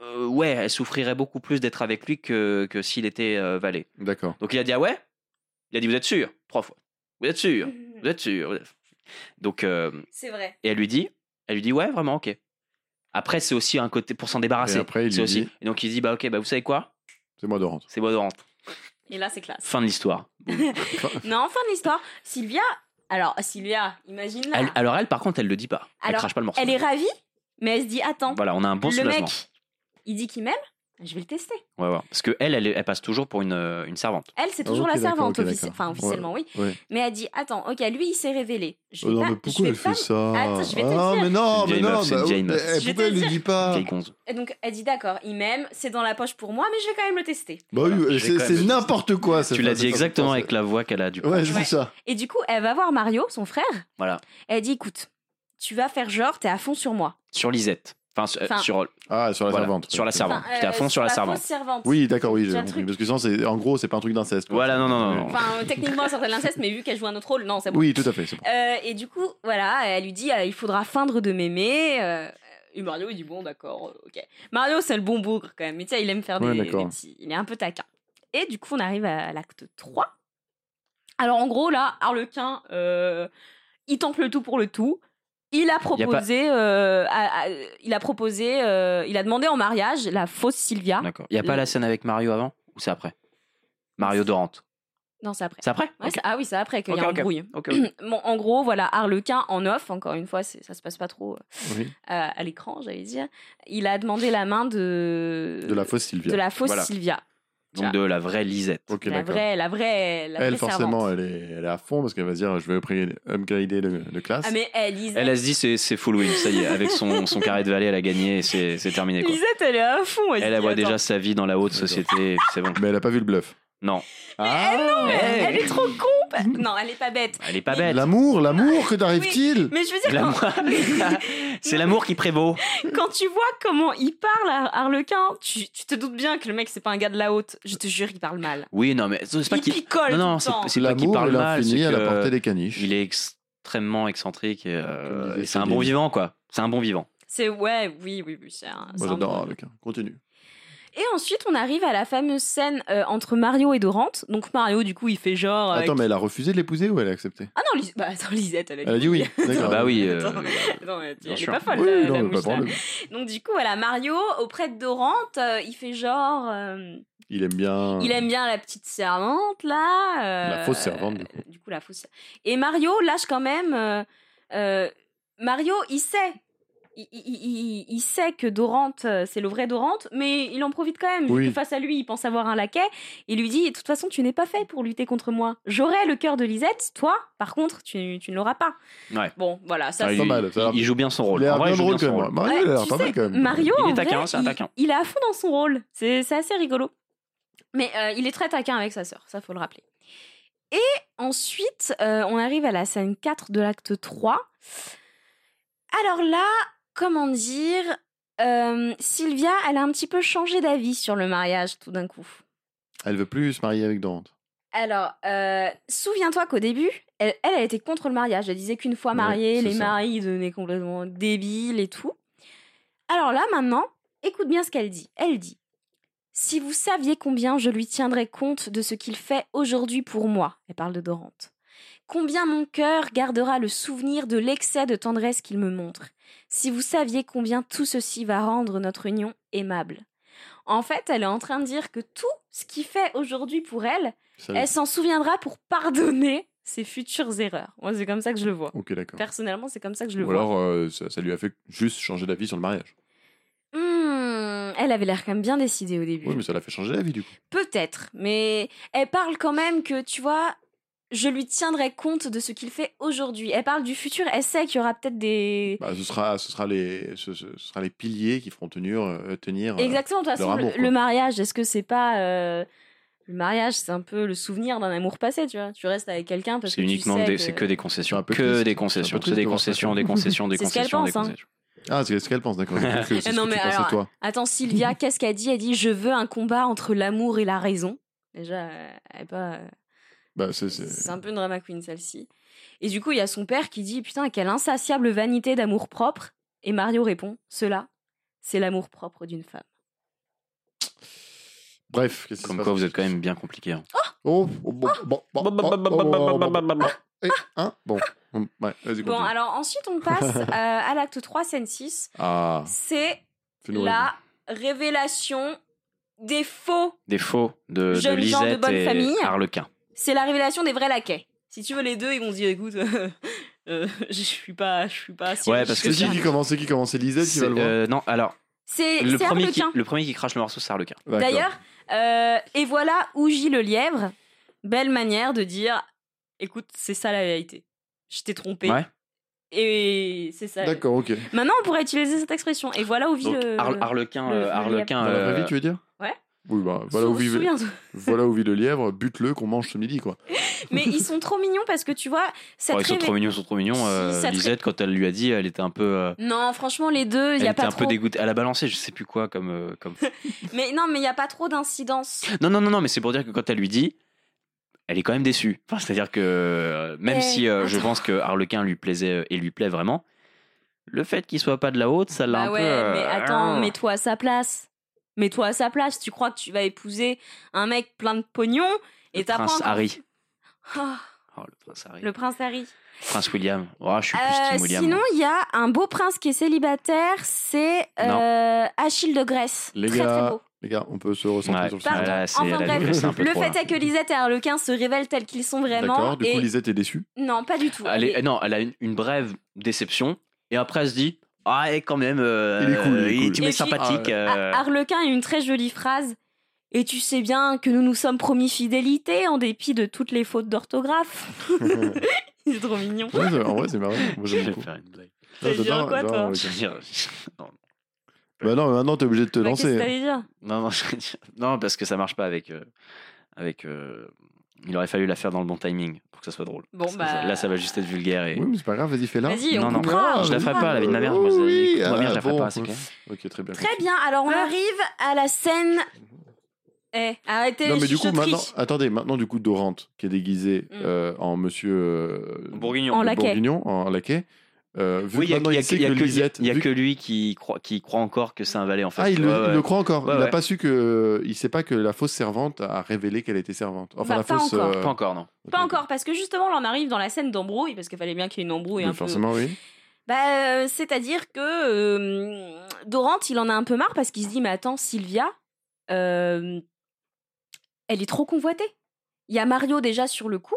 euh, ouais, elle souffrirait beaucoup plus d'être avec lui que, que s'il était euh, valet.
D'accord.
Donc il a dit ah ouais Il a dit vous êtes sûr Trois fois. Vous êtes sûr Vous êtes sûr Vous êtes- Donc euh,
C'est vrai.
et elle lui dit elle lui dit ouais vraiment ok. Après c'est aussi un côté pour s'en débarrasser.
Et après, il
C'est
lui
aussi.
dit-
Et donc il dit bah ok bah vous savez quoi
C'est moi Doran.
C'est moi Doran.
Et là c'est classe.
Fin de l'histoire.
Non, fin de l'histoire. Sylvia. Alors Sylvia, imagine là.
Elle- alors elle par contre elle le dit pas. elle
Ah. Alors,
crache pas le morceau.
Elle est ravie, mais elle se dit attends,
Voilà on a un bon
le
soulagement.
mec, il dit qu'il m'aime, je vais le tester.
Ouais, ouais. Parce que elle, elle, est- elle passe toujours pour une, euh, une servante.
Elle, c'est toujours
Ah,
la
ok,
servante,
d'accord, ok,
offici-
d'accord.
enfin officiellement, oui.
Ouais.
Mais elle dit attends, ok, lui, il s'est révélé. Je
Oh
vais
non,
pas-
mais
Ah, je
pourquoi
vais
elle
pas
fait
me-
ça
Attends, je vais te
Ah,
dire.
mais non,
C'est
mais
une vieille
non,
meuf, c'est une
bah,
vieille meuf.
eh,
Je vais
pourquoi
te
elle
dire.
le dit pas
Vieille gonze.
Et donc, elle dit d'accord, il m'aime, c'est dans la poche pour moi, mais je vais quand même le tester.
Bah
Voilà, je
oui,
vais
c'est
quand
c'est
même-
n'importe quoi. cette
Tu l'as
phrase,
dit
cette
exactement
phrase.
avec la voix qu'elle a du coup.
Ouais, je
Ouais.
dis ça.
Et du coup, elle va voir Mario, son frère.
Voilà.
Elle dit écoute, tu vas faire genre, t'es à fond sur moi.
Sur Lisette. Enfin, sur-
Enfin,
sur,
Ah, sur la
voilà,
servante.
sur la servante.
Enfin, euh,
T'es à fond sur la
fausse
servante.
servante.
Oui, d'accord, oui,
C'est
j'ai
un
compris.
truc.
Parce que sinon, c'est- en gros, c'est pas un truc d'inceste. quoi.
Voilà, non, non, non, non.
Enfin, euh, techniquement, ça serait de l'inceste, mais vu qu'elle joue un autre rôle, non, c'est bon.
Oui, tout à fait. c'est bon.
Euh, et du coup, voilà, elle lui dit euh, il faudra feindre de m'aimer. euh, et Mario, il dit bon, d'accord, euh, ok. Mario, c'est le bon bougre quand même. Mais tiens, il aime faire des,
Ouais, d'accord.
des petits. Il est un peu taquin. Et du coup, on arrive à l'acte 3. Alors, en gros, là, Harlequin, euh, il tente le tout pour le tout. Il a
Y a pas-
proposé, euh, à- à- il a proposé, euh, il a demandé en mariage la fausse Sylvia.
D'accord. Il n'y a pas
Le-
la scène avec Mario avant ou c'est après Mario Dorante.
Non, c'est après.
C'est après
Ouais,
Ok.
c'est- Ah oui, c'est après qu'il y a
Ok,
un
ok.
brouille.
Ok, ok.
Bon, en gros, voilà, Harlequin en off, encore une fois, c'est- ça se passe pas trop euh,
Oui.
à, à l'écran, j'allais dire, il a demandé la main de,
De la fausse Sylvia.
de la fausse
Voilà.
Sylvia.
donc de la vraie Lisette.
Ok,
la
d'accord.
vraie, la vraie, la
Elle,
vraie
forcément,
servante.
euh,
elle est, elle est à fond parce qu'elle va se dire je vais upgrade- upgrader le, le classe.
Ah mais elle, Lisette,
Elle, elle se dit, c'est- c'est full win, ça y est, avec son, son carré de vallée, elle a gagné et c'est c'est terminé. Quoi.
Lisette, elle est à fond.
Elle, elle voit déjà sa vie dans la haute société, et puis c'est bon.
Mais elle a pas vu le bluff.
Non,
Ah,
Hey.
Elle est trop con. pa- Non, elle est pas bête.
elle est pas bête.
L'amour, l'amour, que t'arrive-t-il
Mais je veux dire,
L'amour- c'est l'amour qui prévaut.
quand tu vois comment il parle à Harlequin, tu, tu te doutes bien que le mec, c'est pas un gars de la haute. Je te jure, il parle mal.
Oui, non, mais c'est pas
il
qu'il.
picole
Non, non,
tout le temps.
c'est pas qu'il
L'amour et
parle mal, c'est
l'infini à la
que
portée des caniches.
Il est extrêmement excentrique et, euh,
Comme disait
et c'est un
Céline.
bon vivant, quoi. C'est un bon vivant.
C'est ouais, oui, oui, oui, c'est un.
Moi
c'est un
j'adore
bon-
Harlequin. Continue.
Et ensuite, on arrive à la fameuse scène euh, entre Mario et Dorante. Donc Mario, du coup, il fait genre. euh,
Attends, mais elle a refusé de l'épouser ou elle a accepté
Ah non, Lis- bah, attends, Lisette, elle a dit.
Elle a dit oui.
Ah
D'accord.
bah oui. euh,
Attends, Attends, elle
bien
est
sûr.
pas folle.
Oui,
Oh, la-
non,
la
mais pas
mouche, là.
problème.
Donc du coup, voilà, Mario, auprès de Dorante, euh, il fait genre... euh,
Il aime bien.
il aime bien la petite servante, là. euh,
La fausse servante, du coup.
euh, Du coup, la fausse. Et Mario lâche quand même... euh, euh, Mario, il sait. Il, il- il- il- il sait que Dorante, euh, c'est le vrai Dorante, mais il en profite quand même. vu
Oui.
que face à lui, il pense avoir un laquais. Il lui dit, de toute façon, tu n'es pas fait pour lutter contre moi. J'aurai le cœur de Lisette, toi, par contre, tu, tu ne l'auras pas.
Ouais.
Bon, voilà, ça
Ah,
c'est...
il,
Pas mal, ça.
il joue bien son
Il
rôle.
a
En
l'air
vrai,
bien
il joue
drôle
bien son
quand même.
rôle.
Mario, il a
Ouais,
l'air
tu
pas
sais,
mal quand même.
Mario,
Il est
en vrai,
taquin, c'est un
il-
taquin.
Il, est à fond dans son rôle. C'est c'est assez rigolo. Mais euh, il est très taquin avec sa sœur, ça faut le rappeler. Et ensuite, euh, on arrive à la scène 4 de l'acte 3. Alors là, comment dire euh, Sylvia, elle a un petit peu changé d'avis sur le mariage tout d'un coup.
Elle veut plus se marier avec Dante.
Alors, euh, souviens-toi qu'au début, elle, elle, elle était contre le mariage. Elle disait qu'une fois
Ouais,
mariée,
c'est
les
ça.
maris ils devenaient complètement débiles et tout. Alors là, maintenant, écoute bien ce qu'elle dit. Elle dit Si vous saviez combien je lui tiendrais compte de ce qu'il fait aujourd'hui pour moi, elle parle de Dorante. Combien mon cœur gardera le souvenir de l'excès de tendresse qu'il me montre. Si vous saviez combien tout ceci va rendre notre union aimable. En fait, elle est en train de dire que tout ce qu'il fait aujourd'hui pour elle,
Ça-
elle s'en souviendra pour pardonner ses futures erreurs. Moi, c'est comme ça que je le vois.
Ok, d'accord.
Personnellement, c'est comme ça que je le
Ou
vois.
alors, euh, ça, ça lui a fait juste changer d'avis sur le mariage.
Hmm, elle avait l'air quand même bien décidée au début.
Oui, mais ça l'a fait changer d'avis, du coup.
Peut-être, mais elle parle quand même que, tu vois, je lui tiendrai compte de ce qu'il fait aujourd'hui. Elle parle du futur, elle sait qu'il y aura peut-être des...
Bah, ce, sera, ce, sera les, ce, ce- ce sera les piliers qui feront tenir. euh, tenir euh,
Exactement, de toute
leur
façon,
amour,
le,
quoi.
le mariage, est-ce que c'est pas... euh, Le mariage, c'est un peu le souvenir d'un amour passé, tu vois. Tu restes avec quelqu'un parce que
C'est
tu
uniquement
sais
des,
que-
c'est que des concessions,
C'est un peu
que
triste.
des concessions,
C'est un peu
c'est des
triste de voir ça.
concessions, des concessions, des
C'est ce qu'elle
concessions, des
pense, hein.
concessions.
Ah, c'est ce qu'elle pense, d'accord. J'ai compris que C'est
Eh
ce
non,
que
mais
tu pensais,
alors,
toi.
Attends, Sylvia, qu'est-ce qu'elle dit Elle dit Je veux un combat entre l'amour et la raison. Déjà, euh, elle est pas. euh,
Bah, c'est- c'est-
C'est un peu une drama queen, celle-ci. Et du coup, il y a son père qui dit Putain, quelle insatiable vanité d'amour propre. Et Mario répond Cela, c'est l'amour propre d'une femme.
Bref, qu'est-ce qui se
Comme
passe
quoi, vous êtes quand même bien compliqué. hein.
Oh, oh, bon,
Ah
bon, bon, bon, bon, bon, bon, bon, bon, bon. Eh, hein Bon. Hum, Ouais, vas-y,
Bon,
continue.
alors ensuite, on passe euh, à l'acte 3, scène 6.
Ah,
C'est
fais-nous rêver.
la révélation des faux.
Des faux de, de
Jeunes gens de
Lisette
bonne
et
famille.
Harlequin.
C'est la révélation des vrais laquais. Si tu veux, les deux, ils vont se dire Écoute, euh, je suis pas. Je suis pas si
Ouais,
riche
parce
C'est
que
ça.
qui qui commence C'est qui commence C'est Lisette qui va
C'est-
le voir
euh, non, alors,
C'est
le
c'est
premier, qui,
Arlequin.
le premier qui crache le morceau, c'est Harlequin.
D'accord.
D'ailleurs, euh, et voilà où gît le lièvre. Belle manière de dire écoute, c'est ça la vérité. Je t'ai trompé.
Ouais.
Et c'est
euh,
ça.
D'accord, ok.
Maintenant, on pourrait utiliser cette expression. Et voilà où vit
Donc,
le.
Har- Harlequin,
le-
euh,
le
Harlequin,
Dans la vraie
euh,
vie, tu veux dire
ouais.
Oui, bah, voilà
Sou-
où, vit,
souviens-toi.
voilà où vit le lièvre, bute-le, qu'on mange ce midi, quoi.
Mais ils sont trop mignons parce que tu vois, cette
oh, ils sont
révé-
trop mignons, ils sont trop mignons.
Si,
euh,
ça te-
Lisette, quand elle lui a dit, elle était un peu. euh,
Non, franchement, les deux, il
elle
n'y a
était
pas
un
trop.
peu dégoûtée. Elle a balancé, je sais plus quoi, comme. euh, comme...
Mais non, mais il n'y a pas trop d'incidence.
non, non, non, non, mais c'est pour dire que quand elle lui dit, elle est quand même déçue. Enfin, c'est-à-dire que euh, même
Eh,
si euh, je
attends.
pense que Harlequin lui plaisait euh, et lui plaît vraiment, le fait qu'il soit pas de la haute, ça l'a
Bah
un
ouais,
peu. euh,
mais attends, mets-toi à sa place. Mets-toi à sa place. Tu crois que tu vas épouser un mec plein de pognon
Le
et t'apprends.
prince
que-
Harry.
Ah,
Oh, le prince Harry.
le prince Harry.
Prince William. Oh, je suis plus
Euh,
Team William.
sinon, il y a un beau prince qui est célibataire, c'est euh, Achille de Grèce.
Les
très,
gars,
très beau.
Les gars, on peut se recentrer
Ouais,
sur le
pardon.
sujet.
Là, c'est-
Enfin,
là,
bref,
Lucas, c'est un peu
Le
trop,
fait
là.
est que Lisette et Harlequin se révèlent tels qu'ils sont vraiment.
D'accord, du
et...
coup, euh, Lisette est déçue.
Non, pas du tout.
Elle est-
Elle est-
non, elle a une, une brève déception et après elle se dit ah et quand même euh,
Il est cool, il est cool.
tu m'es
Et puis-
sympathique.
Ah,
euh,
Ah, Harlequin a une très jolie phrase. Et tu sais bien que nous nous sommes promis fidélité en dépit de toutes les fautes d'orthographe. C'est trop mignon.
Ouais, c'est- en vrai, c'est marrant. Moi,
Je
j'aime
vais
beaucoup.
faire une blague.
T'allais
Ah,
dire
j'adore-
quoi,
j'adore
toi
le
Je veux
gars.
dire, non,
Bah non, mais maintenant, t'es obligé de te
Bah, Qu'est-ce que
lancer. hein.
t'allais dire
non, non, je veux dire- non, parce que ça marche pas avec. euh, avec euh, il aurait fallu la faire dans le bon timing pour que ça soit drôle.
Bon,
Ça-
bah-
Là, ça va juste être vulgaire et.
Oui, mais c'est pas grave, vas-y, fais-la.
Vas-y, on
Non, non,
comprend.
je la ferai pas, la vie de ma mère.
Oui,
Moi, ça-
oui,
écoute-moi bien, je la
ah,
ferai
bon.
pas, c'est clair.
Ok, très bien.
Très bien, Ah. alors on arrive à la scène. Eh, arrêtez
Non,
les
mais du coup,
chuchoteries.
maintenant, attendez, maintenant, du coup, Dorante, qui est déguisée
Mm.
euh, en monsieur euh,
Bourguignon.
En
le
laquais.
Bourguignon, en laquais, euh, vu
Oui,
que
il y a,
maintenant,
il y a-
il sait
il y a
que
que,
Lisette.
il y a
vu
que lui qui croit, qui croit encore que c'est un valet en fait.
Ah, il le,
Ouais, ouais.
il le croit encore.
Ouais,
il n'a
ouais.
pas su que. Il sait pas que la fausse servante a révélé qu'elle était servante. Enfin,
Bah,
la
pas
fausse.
encore.
euh,
Pas encore, non.
Pas encore, parce que justement, là, on arrive dans la scène d'embrouille, parce qu'il fallait bien qu'il y ait une embrouille
Mais
un peu.
forcément, oui.
Bah, euh, c'est-à-dire que euh, Dorante, il en a un peu marre parce qu'il se dit, mais attends, Sylvia, euh, elle est trop convoitée. Il y a Mario déjà sur le coup,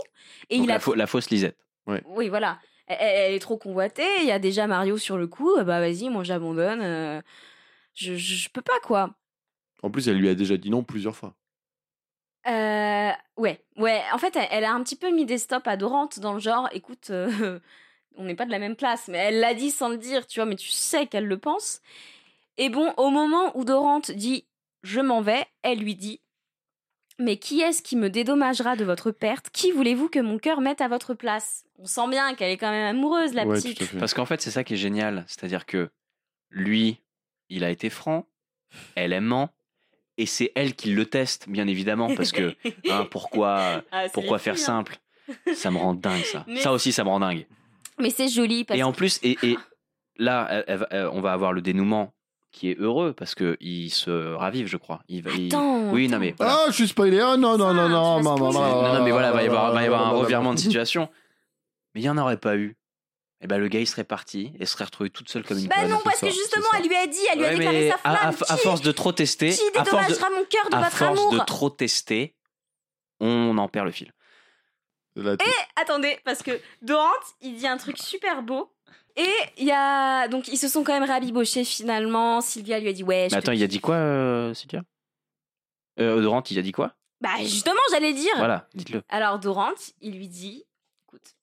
et
Donc
il
la,
a
fa- la fausse Lisette.
Oui, voilà. Elle, elle- elle est trop convoitée. Il y a déjà Mario sur le coup. euh, Bah vas-y, moi j'abandonne. euh, je, je, je peux pas quoi.
En plus, elle lui a déjà dit non plusieurs fois.
Euh, ouais, ouais. En fait, elle, elle a un petit peu mis des stops à Dorante dans le genre. Écoute, euh, on n'est pas de la même classe, mais elle l'a dit sans le dire, tu vois. Mais tu sais qu'elle le pense. Et bon, au moment où Dorante dit je m'en vais, elle lui dit. Mais qui est-ce qui me dédommagera de votre perte Qui voulez-vous que mon cœur mette à votre place On sent bien qu'elle est quand même amoureuse, la
ouais,
petite.
tout à fait.
Parce qu'en fait, c'est ça qui est génial. C'est-à-dire que lui, il a été franc, elle aimant, et c'est elle qui le teste, bien évidemment, parce que hein, pourquoi,
Ah, c'est
pourquoi
les
faire
filles, hein.
simple Ça me rend dingue, ça.
Mais-
Ça aussi, ça me rend dingue.
Mais c'est joli parce
Et
que
en plus, et, et là, elle- elle va- elle- on va avoir le dénouement qui est heureux parce que il se ravive, je crois. Il, va- il-
Attends,
Oui, non
attends.
mais. voilà.
Ah, je suis spoilé. Ah, non, non,
Ça,
non,
tu vas
non, non, non,
spoiler.
non.
Non, non, mais voilà, il va y avoir, il va y avoir un
non, non,
revirement
non.
de situation. Mais il n'y en aurait pas eu. Et ben le gars, il serait parti et serait retrouvé toute seule comme une
Bah
conne.
non,
c'est
parce
ça,
que
c'est
justement,
ça.
elle lui a dit, elle lui a
Ouais,
déclaré
mais
sa
à, à-
flamme.
à
qui,
force de trop tester,
qui
à force de,
dédommagera mon cœur de
à
votre
force
amour
de trop tester, on en perd le fil.
Là, tu-
Attendez, parce que Dorante, il dit un truc super beau. Et il y a. Donc, ils se sont quand même rabibochés finalement. Sylvia lui a dit Ouais, je
Mais
te-
attends, il a dit quoi, euh, Sylvia euh, Odorant, il a dit quoi
Bah, justement, j'allais dire.
Voilà, dites-le.
Alors, Dorante, il lui dit Écoute,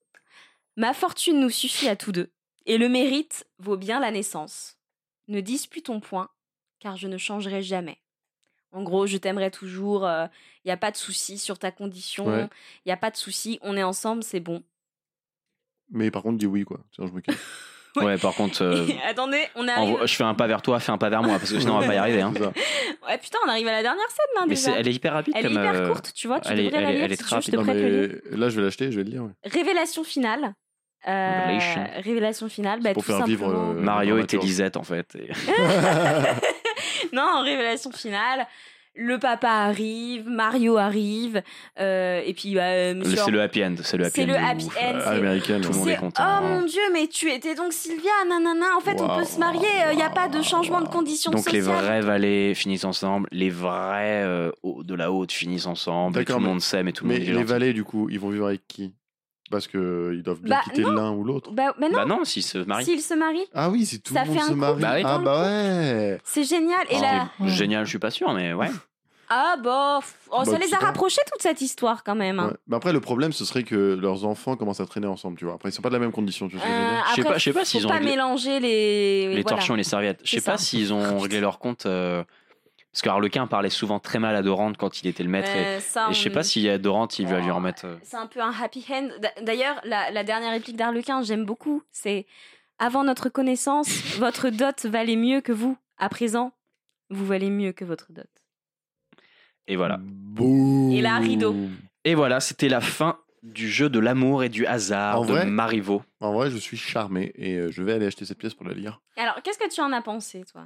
ma fortune nous suffit à tous deux. Et le mérite vaut bien la naissance. Ne disputons point, car je ne changerai jamais. En gros, je t'aimerai toujours. Il n'y a pas de souci sur ta condition. Il
Ouais.
n'y a pas de souci. On est ensemble, c'est bon.
Mais par contre, dis oui, quoi. Sinon, je me casse.
Ouais, par contre, euh,
Et attendez, on arrive.
envoie- je fais un pas vers toi, fais un pas vers moi, parce que sinon on va pas y arriver. hein.
C'est ça.
Ouais, putain, on arrive à la dernière scène, là,
Mais c'est-
déjà.
elle est hyper rapide.
Elle est
comme,
hyper
euh,
courte, tu vois. Tu
elle est-
devrais la
elle est-
lire,
elle est
si
très
tu veux, je te
Non,
prête le livre.
euh,
mais là, je vais l'acheter, je vais le lire. ouais.
Révélation finale. Euh,
Révélation.
révélation finale, bah,
pour
tout
faire vivre,
simplement.
euh,
Mario était
dramaturge.
Lisette, en fait. et-
Non, révélation finale. Le papa arrive, Mario arrive, euh, et puis bah, euh, monsieur.
C'est le happy end. C'est le happy
C'est
end.
le
de
happy
ouf,
end,
euh,
c'est-
Américaine,
Tout le
ouais.
monde est
C'est-
content. hein.
Oh mon dieu, mais tu étais donc Sylvia, nanana. En fait, on
Waouh,
peut se marier, il n'y a pas de changement de conditions
Donc les
sociales.
vrais valets finissent ensemble, les vrais euh, hauts- de la haute finissent ensemble, et tout
D'accord,
le
mais-
monde s'aime et tout le
Mais
monde est
les
gentil.
valets, du coup, ils vont vivre avec qui Parce qu'ils doivent bien
Bah,
quitter l'un ou l'autre.
Bah, bah non,
Bah non, s'ils se marient.
s'ils se marient,
Ah oui, c'est tout
Ça
le
fait
monde
un
se
couple
marie.
Bah oui.
ah bah ouais.
c'est génial. Et
Ah, C'est
là,
Génial, je suis pas sûr, mais ouais.
ah bah, pff, oh,
Bah,
ça les a
putain.
rapprochés toute cette histoire quand même. hein.
Ouais. Mais après, le problème, ce serait que leurs enfants commencent à traîner ensemble, tu vois. Après, ils sont pas de la même condition, tu vois ce que je veux
Euh,
dire
Je sais
après,
pas- je sais pas
faut
s'ils ont
pas
réglé-
mélanger les
les
voilà.
torchons et les serviettes. Je
C'est
sais pas
ça.
s'ils ont réglé leur compte. euh, Parce que Harlequin parlait souvent très mal à Dorante quand il était le maître. et-
Euh, ça,
et je sais
on-
pas si euh, Dorante, il va
Oh.
lui remettre. euh,
C'est un peu un happy end. D'a- D'ailleurs, la, la dernière réplique d'Arlequin, j'aime beaucoup. C'est Avant notre connaissance, votre dot valait mieux que vous. À présent, vous valez mieux que votre dot.
Et voilà.
Boum.
Et là, rideau.
Et voilà, c'était la fin du jeu de l'amour et du hasard
En
de
vrai
Marivaux.
En vrai, je suis charmé et euh, je vais aller acheter cette pièce pour la lire.
Alors, qu'est-ce que tu en as pensé, toi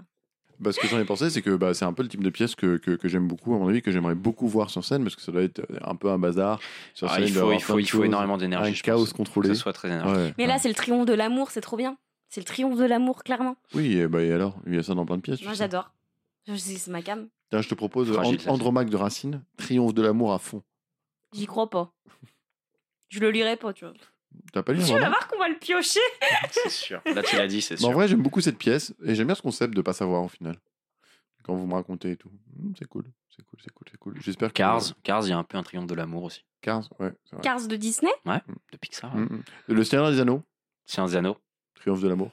Bah, ce que j'en ai pensé, c'est que bah, c'est un peu le type de pièce que, que, que j'aime beaucoup, à mon avis, que j'aimerais beaucoup voir sur scène, parce que ça doit être euh, un peu un bazar. Sur
Ah,
scène,
il
doit
faut,
y avoir
il
plein
faut,
de
il faut
choses.
énormément d'énergie.
Un
je
chaos
pense,
contrôlé.
Que ce soit très énergique.
Ouais.
Mais là, c'est le triomphe de l'amour, c'est trop bien. C'est le triomphe de l'amour, clairement.
Oui, et, bah, et alors Il y a ça dans plein de pièces. tu
Moi,
sais.
j'adore. Je sais, C'est ma cam.
Tiens, je te propose
Fragile,
And-
ça.
Andromaque de Racine, Triomphe de l'amour à fond.
J'y crois pas. Je le lirai pas, tu vois.
T'as pas lu Bah,
Tu
Andromaque
vas voir qu'on va le piocher.
C'est sûr. Là, tu l'as dit, c'est
Mais
sûr.
en vrai, j'aime beaucoup cette pièce et j'aime bien ce concept de pas savoir au final. quand vous me racontez et tout. Hmm, C'est cool, c'est cool, c'est cool, c'est cool. J'espère que.
Cars, Cars, il y a un peu un triomphe de l'amour aussi.
Cars, ouais. c'est vrai.
Cars de Disney
De Pixar.
Hmm, hmm. Le Seigneur des Anneaux,
C'est un anneaux.
Triomphe de l'amour.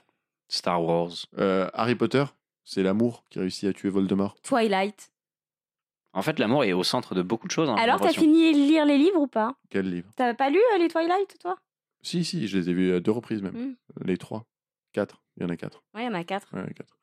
Star Wars.
Euh, Harry Potter, c'est l'amour qui réussit à tuer Voldemort.
Twilight.
En fait, l'amour est au centre de beaucoup de choses. hein, j'ai
Alors, t'as
l'impression.
fini de lire les livres ou pas
Quel livre
T'as pas lu euh, les Twilight, toi
Si, si, je les ai vus à deux reprises même.
Mmh.
Hmm.
Les trois. Quatre. Il y en a quatre.
Ouais, il y en a quatre.
Ouais, quatre.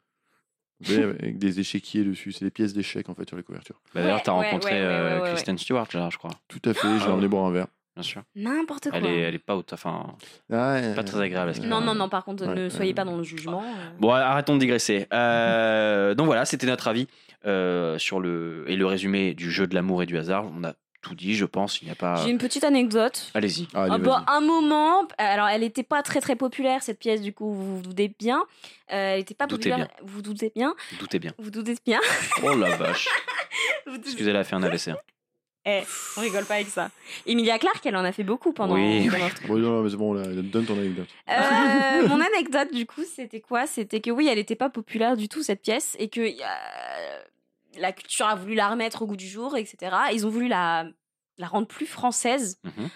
Vous savez, avec des échiquiers dessus. C'est des pièces d'échecs en fait sur les couvertures.
Bah, D'ailleurs,
Ouais,
t'as
ouais,
rencontré
ouais, ouais,
euh,
ouais, ouais.
Kristen Stewart, là, je crois.
Tout à fait,
Ah
je l'ai emmené boire un verre.
Bien sûr.
N'importe quoi.
Elle est, elle est pas, au- enfin,
Ah,
pas très agréable à ce qu'il
Non,
paraît.
non, non, par contre,
Ouais,
ne soyez
euh,
pas dans le jugement. euh.
Bon, arrêtons de digresser. Euh, donc voilà, c'était notre avis euh, sur le et le résumé du jeu de l'amour et du hasard. On a tout dit, je pense. Il n'y a pas.
J'ai une petite anecdote.
Allez-y.
Ah, allez,
Ah bah,
vas-y.
un moment, alors elle n'était pas très très populaire cette pièce, du coup vous vous doutez bien. Euh, elle n'était pas
Doutez
populaire. Vous doutez bien.
Doutez bien.
Vous doutez bien.
Oh la vache.
Vous doutez-
Excusez, elle a fait un AVC. hein.
Eh, on rigole pas avec ça. Emilia Clarke, elle en a fait beaucoup pendant.
Oui,
pendant-
Bon, non, mais c'est bon, là, donne ton anecdote.
Euh, mon anecdote du coup, c'était quoi C'était que oui, elle n'était pas populaire du tout cette pièce et que euh, la culture a voulu la remettre au goût du jour, etc. Ils ont voulu la, la rendre plus française
Mhm.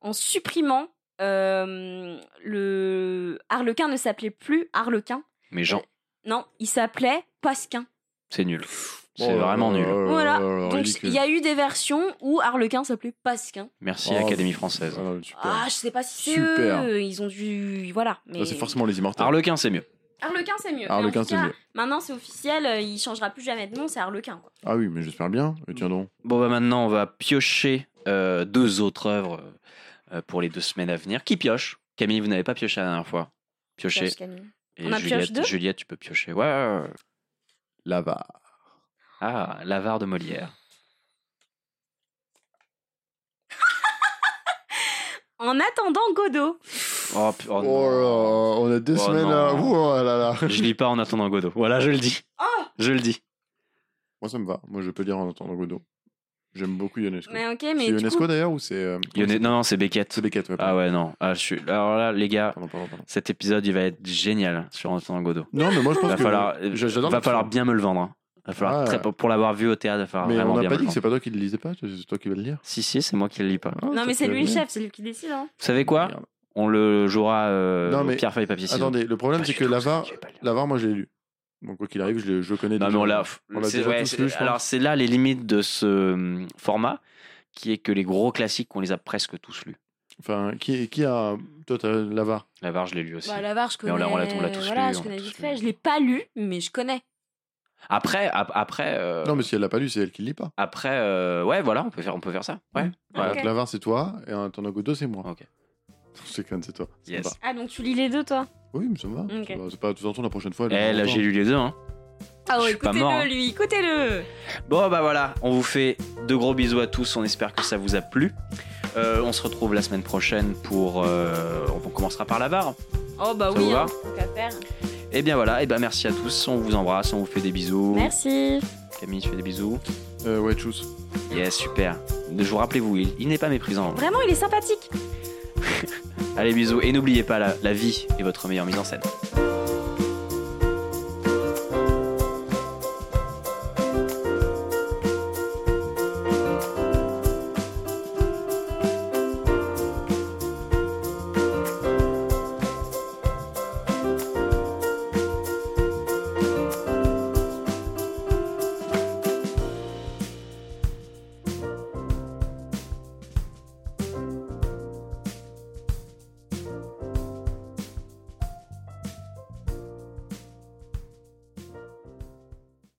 en supprimant euh, le Harlequin ne s'appelait plus Harlequin.
Mais
Euh,
Jean,
Non, il s'appelait Pasquin.
c'est nul. C'est
Oh là
vraiment
là
nul.
là là
Voilà.
là là,
Donc
ridicule.
il y a eu des versions où Harlequin s'appelait Pasquin.
Merci
Oh,
Académie française.
Ah, super.
Ah, je sais pas si c'est
Super.
eux. Ils ont dû, voilà. Mais
Ça, c'est forcément les immortels.
Harlequin, c'est mieux.
Harlequin c'est mieux. Mais en
Harlequin,
tout
c'est
cas,
mieux.
Maintenant, c'est officiel, euh, il changera plus jamais de nom, c'est Harlequin. Quoi.
Ah oui, mais j'espère bien. Euh, tiens donc.
Bon bah maintenant, on va piocher euh, deux autres œuvres euh, pour les deux semaines à venir. Qui pioche Camille, vous n'avez pas pioché la dernière fois. Piochez.
Pioche Camille.
Et
On en pioche
Juliette,
deux
Juliette, tu peux piocher. Ouais, ouais, ouais.
Lava.
Ah, l'avare de Molière.
En attendant Godot.
Oh, pu- oh
Oh, là,
non.
on a deux
Oh
semaines
non.
là. Oh là là.
Je lis pas en attendant Godot. Voilà, je le dis.
Oh
je le dis.
Moi, ça me va. Moi, je peux lire en attendant Godot. J'aime beaucoup Ionesco.
Mais ok,
C'est
mais du
Ionesco
coup,
d'ailleurs ou c'est. euh,
Il y en a- Non, non, c'est Beckett.
C'est Beckett, ouais.
Ah
pardon.
ouais, non. Ah, je suis... Alors là, les gars,
Pardon, pardon, pardon.
cet épisode, il va être génial sur En attendant Godot.
Non, mais moi, je pense
Va
que.
falloir, euh,
Je- j'adore
va
l'action.
falloir bien me le vendre. hein. Va falloir
Ah.
très- Pour l'avoir vu au théâtre, va falloir
Mais
vraiment
on n'a
bien
pas
me le
dit que c'est
vendre.
pas toi qui le lisais pas, c'est toi qui vas le lire.
Si, si, c'est moi qui le lis pas. Vous
Ah,
non,
toi,
mais
tu
c'est
vas
lui le
lire.
chef, c'est lui qui décide. Hein.
savez quoi
Merde.
On le jouera euh,
Non, mais-
pierre, feuille, papier, ciseaux.
Attendez, le problème,
Pas
c'est
du
que
tout,
l'avare,
Bah, je vais pas le lire.
l'avare, moi, je l'ai lu. Donc, quoi qu'il arrive, je, le- je connais
Non,
déjà.
mais on l'a.
on l'a
c'est-
déjà
ouais,
tous
c'est-
lu, je pense.
alors, c'est là les limites de ce hum, format, qui est que les gros classiques, on les a presque tous lus.
Enfin, qui, qui a. Toi, t'as l'avare.
L'avare, je l'ai lu aussi.
Bah, la je
Mais
connais. euh,
on l'a- on l'a- on l'a hein, tous
voilà,
lu,
je
on l'a
connais
tous
vite
lu.
fait. Je l'ai pas lu, mais je connais.
Après, ap- après, euh,
Non, mais si elle l'a pas lu, c'est elle qui le lit pas.
après, euh, ouais, voilà, on peut faire, on peut faire ça.
Mmh.
Ouais. Ouais.
Ok.
Donc, l'avare, c'est toi, et un Tanago 2, c'est moi.
Ok.
Je déconne, c'est toi. Ça me
Yes.
va.
Ah, donc tu lis les deux, toi
Oui, mais ça me va.
Ok.
Ça va, C'est pas de toute façon la prochaine fois.
Eh, là, j'ai lu les deux. Hein.
Ah,
Je
ouais,
suis pas mort, hein.
écoutez-le, lui, écoutez-le.
Bon, bah voilà, on vous fait de gros bisous à tous. On espère que ça vous a plu. Euh, on se retrouve la semaine prochaine pour. euh, on commencera par la barre.
Oh, bah
Ça vous
oui,
va
hein, tant qu'à faire.
Et bien voilà, et ben merci à tous. On vous embrasse, on vous fait des bisous.
Merci.
Camille, je fais des bisous.
Euh, ouais, tchuss.
Yes, super. Je vous rappelez-vous, il, il n'est pas méprisant.
Vraiment, il est sympathique.
Allez, bisous. Et n'oubliez pas, la, la vie est votre meilleure mise en scène.